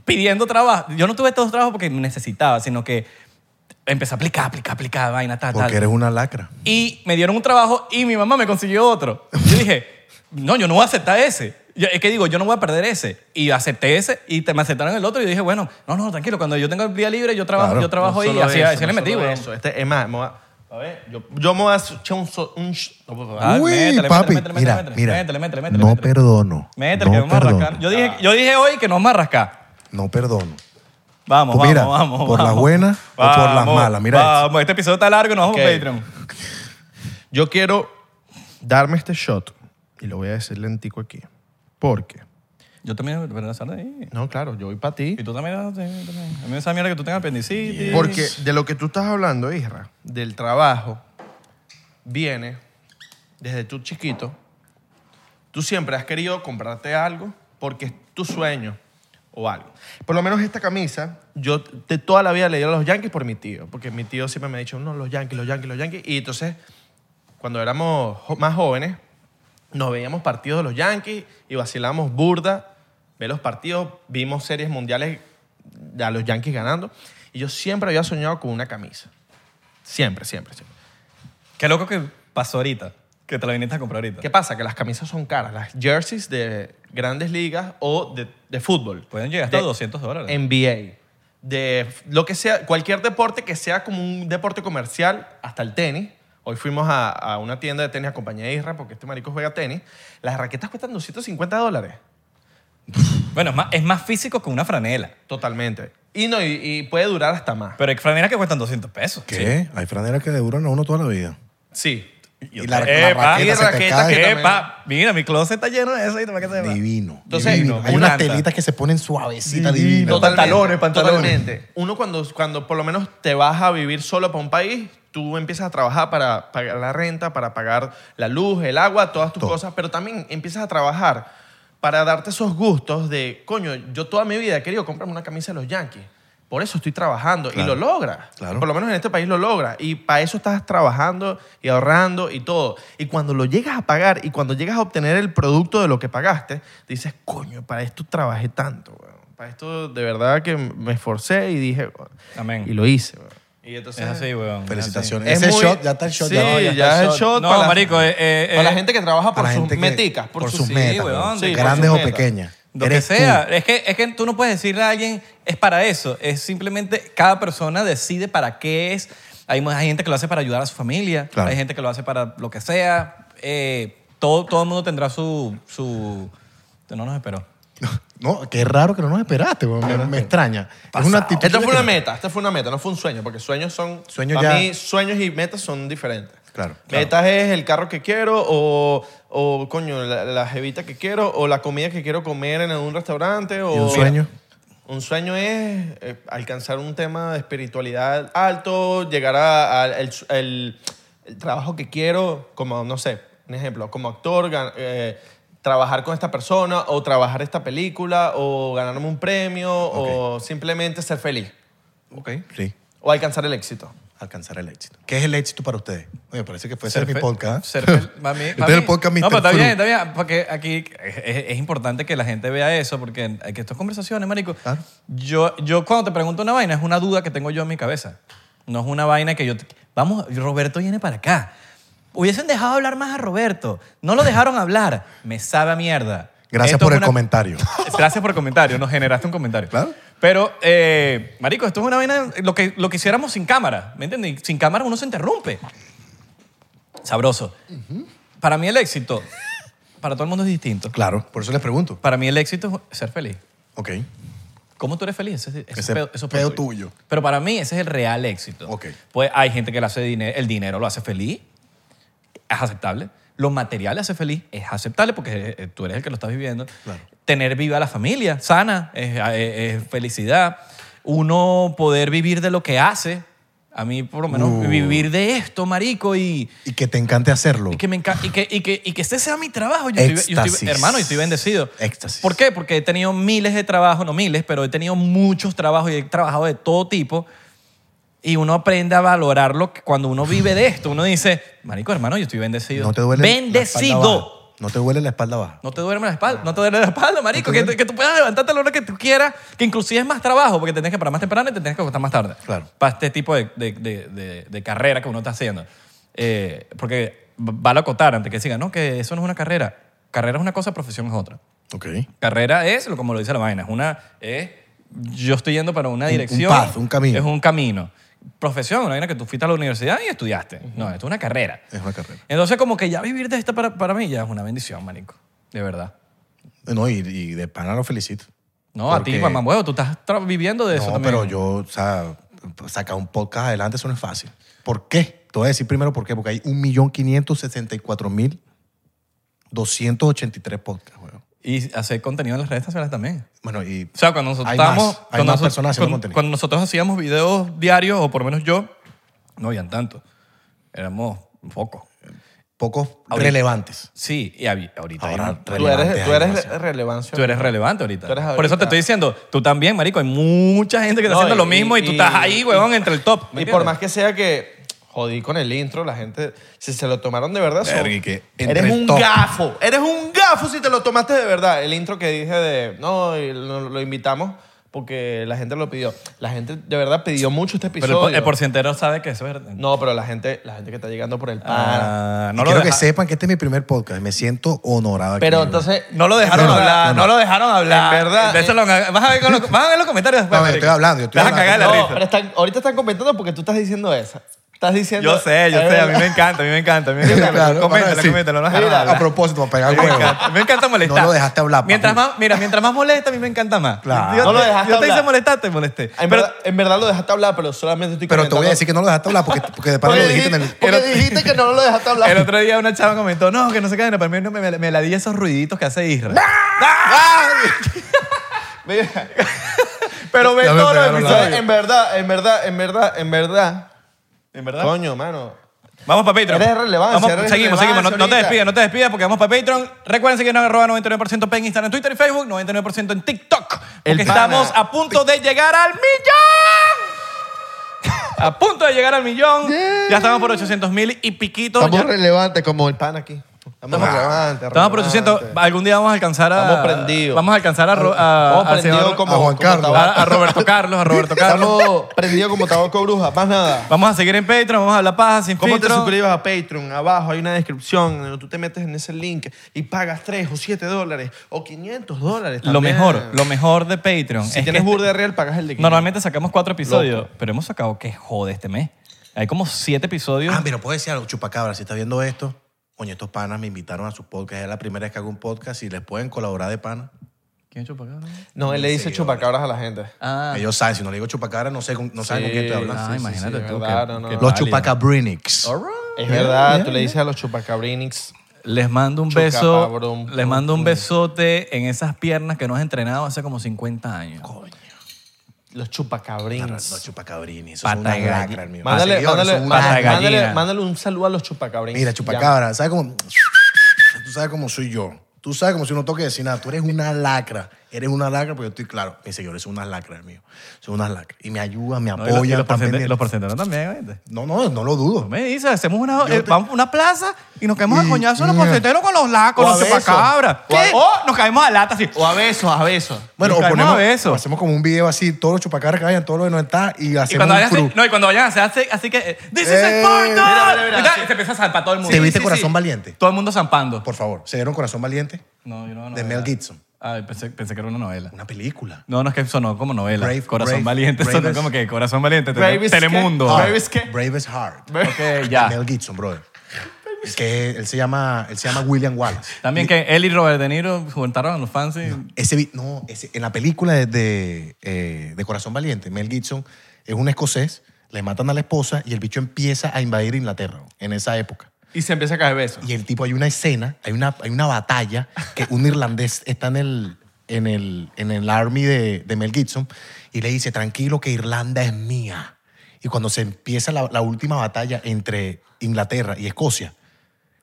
pidiendo trabajo. Yo no tuve todos los trabajos porque necesitaba, sino que empecé a aplicar, aplicar, aplicar, vaina, tal, tal. Porque eres una lacra. Y me dieron un trabajo y mi mamá me consiguió otro. Yo dije, no, yo no voy a aceptar ese. Yo- es que digo, yo no voy a perder ese. Y acepté ese y te, me aceptaron el otro. Y yo dije, bueno, no, no, tranquilo, cuando yo tengo el día libre, yo trabajo, Claro. yo trabajo ahí. No Y solo así, eso, así no le metí, solo weón. eso. Este, es más, me voy a, a ver, yo, yo me voy a echar un... so- un sh- Ah, Uy, métele, papi. métele, métele, mira, métele, mira. métele, métele, métele, no métele. perdono. Métele, no que vamos a perdono. rascar. Yo dije, yo dije hoy que no vamos a rascar. No perdono. Vamos, Pues mira, vamos, vamos. por las vamos. buenas o por las malas, mira esto. Vamos, este episodio está largo, nos vamos Ok. a Patreon. Yo quiero darme este shot y lo voy a decir lentico aquí. Porque... Yo también, pero la sal de ahí. No, claro, yo voy para ti. Y tú también, ah, sí, yo también. A mí me esa mierda que tú tengas apendicitis. Porque de lo que tú estás hablando, Isra, del trabajo, viene desde tú chiquito. Tú siempre has querido comprarte algo porque es tu sueño o algo. Por lo menos esta camisa, yo de toda la vida le di a los Yankees por mi tío, porque mi tío siempre me ha dicho, no, los Yankees, los Yankees, los Yankees. Y entonces, cuando éramos jo- más jóvenes, nos veíamos partidos de los Yankees y vacilamos burda, ve los partidos, vimos series mundiales a los Yankees ganando. Y yo siempre había soñado con una camisa. Siempre, siempre, siempre. Ah. Qué loco que pasó ahorita. Que te la viniste a comprar ahorita. ¿Qué pasa? Que las camisas son caras. Las jerseys de grandes ligas o de, de fútbol. Pueden llegar hasta De 200 dólares. NBA. De f- lo que sea, cualquier deporte que sea como un deporte comercial, hasta el tenis. Hoy fuimos a, a una tienda de tenis a compañía de Isra porque este marico juega tenis. Las raquetas cuestan 250 dólares. Bueno, es más, es más físico que una franela. Totalmente. Y, no, y, y puede durar hasta más. Pero hay franelas que cuestan 200 pesos. ¿Qué? Hay franeras que duran a uno toda la vida. Sí. Y la, la Epa, raqueta y se te raqueta cae. que- Epa, mira, mi closet está lleno de eso. ¿Y para qué se llama? Divino. Entonces, divino. no, Hay una unas anta. telitas que se ponen suavecitas, Divino. divinas. Total- Pantalones, pantalones. Totalmente. Uno cuando, cuando por lo menos te vas a vivir solo para un país, tú empiezas a trabajar para pagar la renta, para pagar la luz, el agua, todas tus Todo. cosas, pero también empiezas a trabajar para darte esos gustos de, coño, yo toda mi vida he querido comprarme una camisa de los Yankees. Por eso estoy trabajando y Claro. lo logras. Claro. Por lo menos en este país lo logras. Y para eso estás trabajando y ahorrando y todo. Y cuando lo llegas a pagar y cuando llegas a obtener el producto de lo que pagaste, dices, coño, para esto trabajé tanto. weón. Para esto de verdad que me esforcé y dije, weón. Amén. y lo hice. weón. Y entonces... Es así, weón. es Felicitaciones. Es Ese muy- shot, ya está el shot. Sí, ya va, ya ya, está. está el es el shot. shot. No, para la- marico, eh, eh, para la eh, gente que trabaja por Para sus gente que- meticas, por, por sus, sus sí, metas, weón, weón, sí, de por Grandes sus o metas. pequeñas. Lo que Eres tú. sea. Es que, es que tú no puedes decirle a alguien, es para eso. Es simplemente cada persona decide para qué es. Hay, mu- hay gente que lo hace para ayudar a su familia. Claro. Hay gente que lo hace para lo que sea. Eh, todo, todo el mundo tendrá su, su... No nos esperó. No, qué raro que no nos esperaste, weón. me, me extraña. Es Pasado. una actitud. Esta fue que- una meta, esta fue una meta, no fue un sueño, porque sueños son. Sueño para ya- mí, sueños y metas son diferentes. Claro, claro. Metas es el carro que quiero, o, o coño, la, la jevita que quiero, o la comida que quiero comer en un restaurante. O, ¿Y un sueño? Un sueño es eh, alcanzar un tema de espiritualidad alto, llegar a- al el, el- el trabajo que quiero, como, no sé, un ejemplo, como actor, gan- eh, trabajar con esta persona o trabajar esta película o ganarme un premio o simplemente ser feliz Ok. Sí. o alcanzar el éxito. alcanzar el éxito. ¿Qué es el éxito para ustedes? Oye, parece que fue ser, mi fe- podcast. ¿eh? ser <laughs> fel- mami- Este mami- es el podcast Mr. No, pero está Fruit. bien, está bien. Porque aquí es, es importante que la gente vea eso, porque aquí estas conversaciones, marico. Claro. Yo, yo cuando te pregunto una vaina, es una duda que tengo yo en mi cabeza. No es una vaina que yo... te- Vamos, Roberto viene para acá. Hubiesen dejado hablar más a Roberto. No lo dejaron hablar. Me sabe a mierda. Gracias Esto por es el una- comentario. <laughs> Gracias por el comentario, nos generaste un comentario. Claro. Pero, eh, Marico, esto es una vaina, lo que, lo que hiciéramos sin cámara, ¿me entiendes? Y Sin cámara uno se interrumpe. Sabroso. Para mí el éxito, para todo el mundo es distinto. Claro, por eso les pregunto. Para mí el éxito es ser feliz. Ok, ¿Cómo tú eres feliz? Ese, ese Ese pedo, eso es pedo tuyo. Pero para mí ese es el real éxito. Ok. Pues hay gente que le hace dinero, el dinero lo hace feliz, es aceptable. Los materiales hace feliz, es aceptable porque eh, tú eres el que lo estás viviendo. Claro. Tener viva la familia, sana, es, eh, es felicidad. Uno poder vivir de lo que hace. A mí, por lo menos, Uh. vivir de esto, marico, y, y que te encante hacerlo. y que me encanta. Y que, y, que, y que este sea mi trabajo. Yo estoy, yo estoy- Éxtasis. hermano, yo estoy bendecido. Éxtasis. ¿Por qué? Porque he tenido miles de trabajos, no miles, pero he tenido muchos trabajos y he trabajado de todo tipo. Y uno aprende a valorarlo que cuando uno vive de esto. Uno dice, marico, hermano, yo estoy bendecido. No te duele la espalda baja. ¡Bendecido! No te duele la espalda baja. No te duerme la espalda, no te duerme la espalda, marico. que, que tú puedas levantarte a la hora que tú quieras, que inclusive es más trabajo, porque te tienes que parar más temprano y te tienes que acostar más tarde. Claro. Para este tipo de, de- de- de- de carrera que uno está haciendo. Eh, porque vale acotar antes que sigan, no, que eso no es una carrera. Carrera es una cosa, profesión es otra. Ok. Carrera es, lo- como lo dice la vaina, es una. Es, yo estoy yendo para una Un- un dirección. path, un camino. Es un camino. Profesión, una vaina que tú fuiste a la universidad y estudiaste. No, esto es una carrera. Es una carrera. Entonces, como que ya vivir de esta para, para mí ya es una bendición, manico. De verdad. No, y, y de pana lo felicito. No, a ti, Porque- mamá, huevo, tú estás tra- viviendo de eso No, también. pero yo, o sea, sacar un podcast adelante, eso no es fácil. ¿Por qué? Te voy a decir primero por qué. Porque hay 1.564.283 podcasts, weón. Y hacer contenido en las redes sociales también. Bueno, y. O sea, cuando nosotros hay estábamos. Más, hay cuando, más nosotros- personas haciendo cuando- contenido. cuando nosotros hacíamos videos diarios, o por lo menos yo, no habían tanto. Éramos pocos. Pocos Ahorita. relevantes. Sí, y habí- ahorita. hay Ahora, un- Tú eres, relevantes tú hay eres demasiado. relevancia. Tú eres relevante ahorita. Tú eres Por eso ahorita. te estoy diciendo, tú también, marico, hay mucha gente que está No, haciendo y- lo mismo y, tú y- estás ahí, huevón, entre el top. ¿me Y por entiendes? más que sea que jodí con el intro, la gente, si se lo tomaron de verdad, son- Verga, y que entre eres el un top. gafo. Eres un gafo si te lo tomaste de verdad. El intro que dije de, no, y lo, lo invitamos porque la gente lo pidió. La gente de verdad pidió mucho este Pero el episodio. Ah, por- el, porcientero sabe que eso es verdad. No, pero la gente, la gente que está llegando por el pan. Ah, no Y lo quiero que deja- sepan que este es mi primer podcast. Me siento honorado. aquí, pero weón. <laughs> entonces... No lo dejaron No, no, hablar, no, no, no. lo dejaron hablar. En verdad, De eso eh. lo- vas, a ver con los, vas a ver los comentarios después. No, yo marico. estoy hablando, yo estoy Te vas a hablando. cagar de la No, risa. pero están- ahorita están comentando porque tú estás diciendo esa. Estás diciendo... Eh, Yo sé, yo Es sé, a mí verdad. me encanta, a mí me encanta. A mí me Sí, encanta. claro, coméntalo, bueno, sí. coméntalo, no dejaron Mira, hablar. A propósito, para pegar Me el huevo. encanta, me encanta molestar. No lo dejaste hablar, papi. Mientras más, mira, mientras más molesta, a mí me encanta más. Claro. Yo, No lo te- dejaste yo te hice hablar. molestar, te <laughs> molesté. En, Pero verdad, en verdad lo dejaste hablar, pero solamente estoy Pero te voy a comentando- decir que no lo dejaste hablar porque, porque de pana Porque lo dijiste en dijiste, el. porque Pero- dijiste que no lo dejaste <laughs> hablar. El otro día una chava comentó, no, que no se caen, para mí no me, me la di esos ruiditos que hace Israel. ¡Ah! <laughs> Mira, Pero ve Ya me todos los pegaron la episodios. en verdad, en verdad, en verdad, en verdad. En verdad. Coño, mano. Vamos para Patreon. Eres relevancia, Vamos, eres seguimos, seguimos. No, relevancia no te ahorita. despidas, no te despidas porque vamos para Patreon. Recuerden que nos arroba 99% en Instagram, Twitter y Facebook, 99% en TikTok. Porque El pana. estamos a punto de llegar al millón. A punto de llegar al millón. Ya estamos por 800 mil y piquito. Estamos Ya- relevantes como el pan aquí. Estamos relevantes. Estamos por relevantes. 800. Algún día vamos a alcanzar a. Estamos prendidos. Vamos a alcanzar a. Ro- a- Estamos al señor- prendidos como a Juan como Carlos. a- a tabaco. Roberto Carlos, a Roberto <laughs> Carlos. Estamos prendidos como tabaco bruja, más nada. Vamos a seguir en Patreon, vamos a hablar paja sin ¿Cómo te filtro. suscribes a Patreon? Abajo hay una descripción. donde Tú te metes en ese link y pagas 3 o 7 dólares o 500 dólares. Lo también. mejor, lo mejor de Patreon. Si es tienes que burda real, pagas el de 500. Normalmente sacamos cuatro episodios, Loco. pero hemos sacado que jode este mes. Hay como siete episodios. Ah, pero puede decir algo, chupacabra, si estás viendo esto, coño, estos panas me invitaron a su podcast. Es la primera vez que hago un podcast y les pueden colaborar de pana. ¿Quién chupa acá? No, él le dice chupacabras a la gente. Ah, Ellos saben, si no le digo chupacabra, no, sé con- no saben con quién estoy hablando. Ah, sí, sí, imagínate sí, tú. verdad, que- no, no. que Los válido. chupacabrinix. Es verdad, tú le dices a los chupacabrinix. Les mando un Chuca, beso. cabrón. les mando un besote en esas piernas que no has entrenado hace como 50 años. Los chupacabrinix. Los chupacabrinix. Pata de galli- Mándale, mándale, mándale, gallina. mándale, mándale un saludo a los chupacabrinix. Mira, chupacabra, ¿sabes cómo? Tú sabes cómo soy yo. Tú sabes cómo si no toque decir nada. Tú eres una lacra. Eres una lacra, porque yo estoy claro. Mis seguidores son unas lacras, mío. Son unas lacras. Y me ayudan, me No, y los- apoyan. y los, están porcent- pendientes. los porcenteros también, ¿viste? no, no, no lo dudo. Tú me dices, hacemos una, Yo eh, te- vamos a una plaza y nos caemos a Y- coñazo los mm. porcenteros con los lacos, O a los besos. chupacabras. O a- ¿Qué? O nos caemos a lata así. O a besos, a besos. Bueno, o Nos caemos ponemos, a besos. o hacemos como un video así, todos los chupacarras que vayan, todos los de 90 y Y hacemos cuando, un vayan así, crew. no, y cuando vayan a hacer así, así que. eh, ¡This is Eh, Sparta! mira, mira, mira, Y tal, sí. y se empieza a zampar todo el mundo. ¿Te viste Corazón Valiente? Todo el mundo zampando. Por favor, ¿se dieron Corazón Valiente? No, yo no, De novela. Mel Gibson. Ay, pensé, pensé que era una novela. Una película. No, no es que sonó como novela. Brave- Corazón Brave- Valiente. Brave sonó is- como que Corazón Valiente. tele- Brave is- Telemundo. Ah. Brave Brave is- ¿qué? Bravest Heart. <laughs> is- Ok, ya. Mel Gibson, brother. Es que él se llama, él se llama William Wallaase. También que él y Robert De Niro juntaron a los fans y... Ese, vi- no, ese- en la película de, de, eh, de Corazón Valiente, Mel Gibson es un escocés, le matan a la esposa y el bicho empieza a invadir Inglaterra en esa época. Y se empieza a caer besos. Y el tipo, hay una escena, hay una, hay una batalla que un irlandés está en el, en el, en el army de, de Mel Gibson y le dice, tranquilo que Irlanda es mía. Y cuando se empieza la, la última batalla entre Inglaterra y Escocia,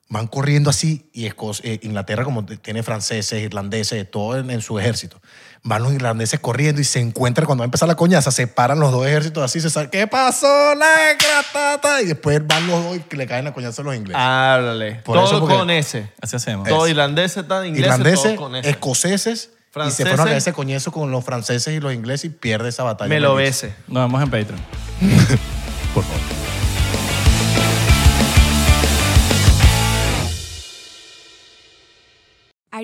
van corriendo así y Esco- eh, Inglaterra, como t- tiene franceses, irlandeses, todo en, en su ejército, van los irlandeses corriendo y se encuentran, cuando va a empezar la coñaza, se paran los dos ejércitos así, se salen, ¿qué pasó? La gratata. Y después van los dos y le caen la coñaza a los ingleses. Háblale. Por todo eso, porque- con ese. Así hacemos. Todo irlandés, tan inglés, todo irlandeses, con ese. escoceses, y se Franceses. fueron a caer ese coñazo con los franceses y los ingleses y pierde esa batalla. Me lo bese. Nos vemos en Patreon. Por favor. Are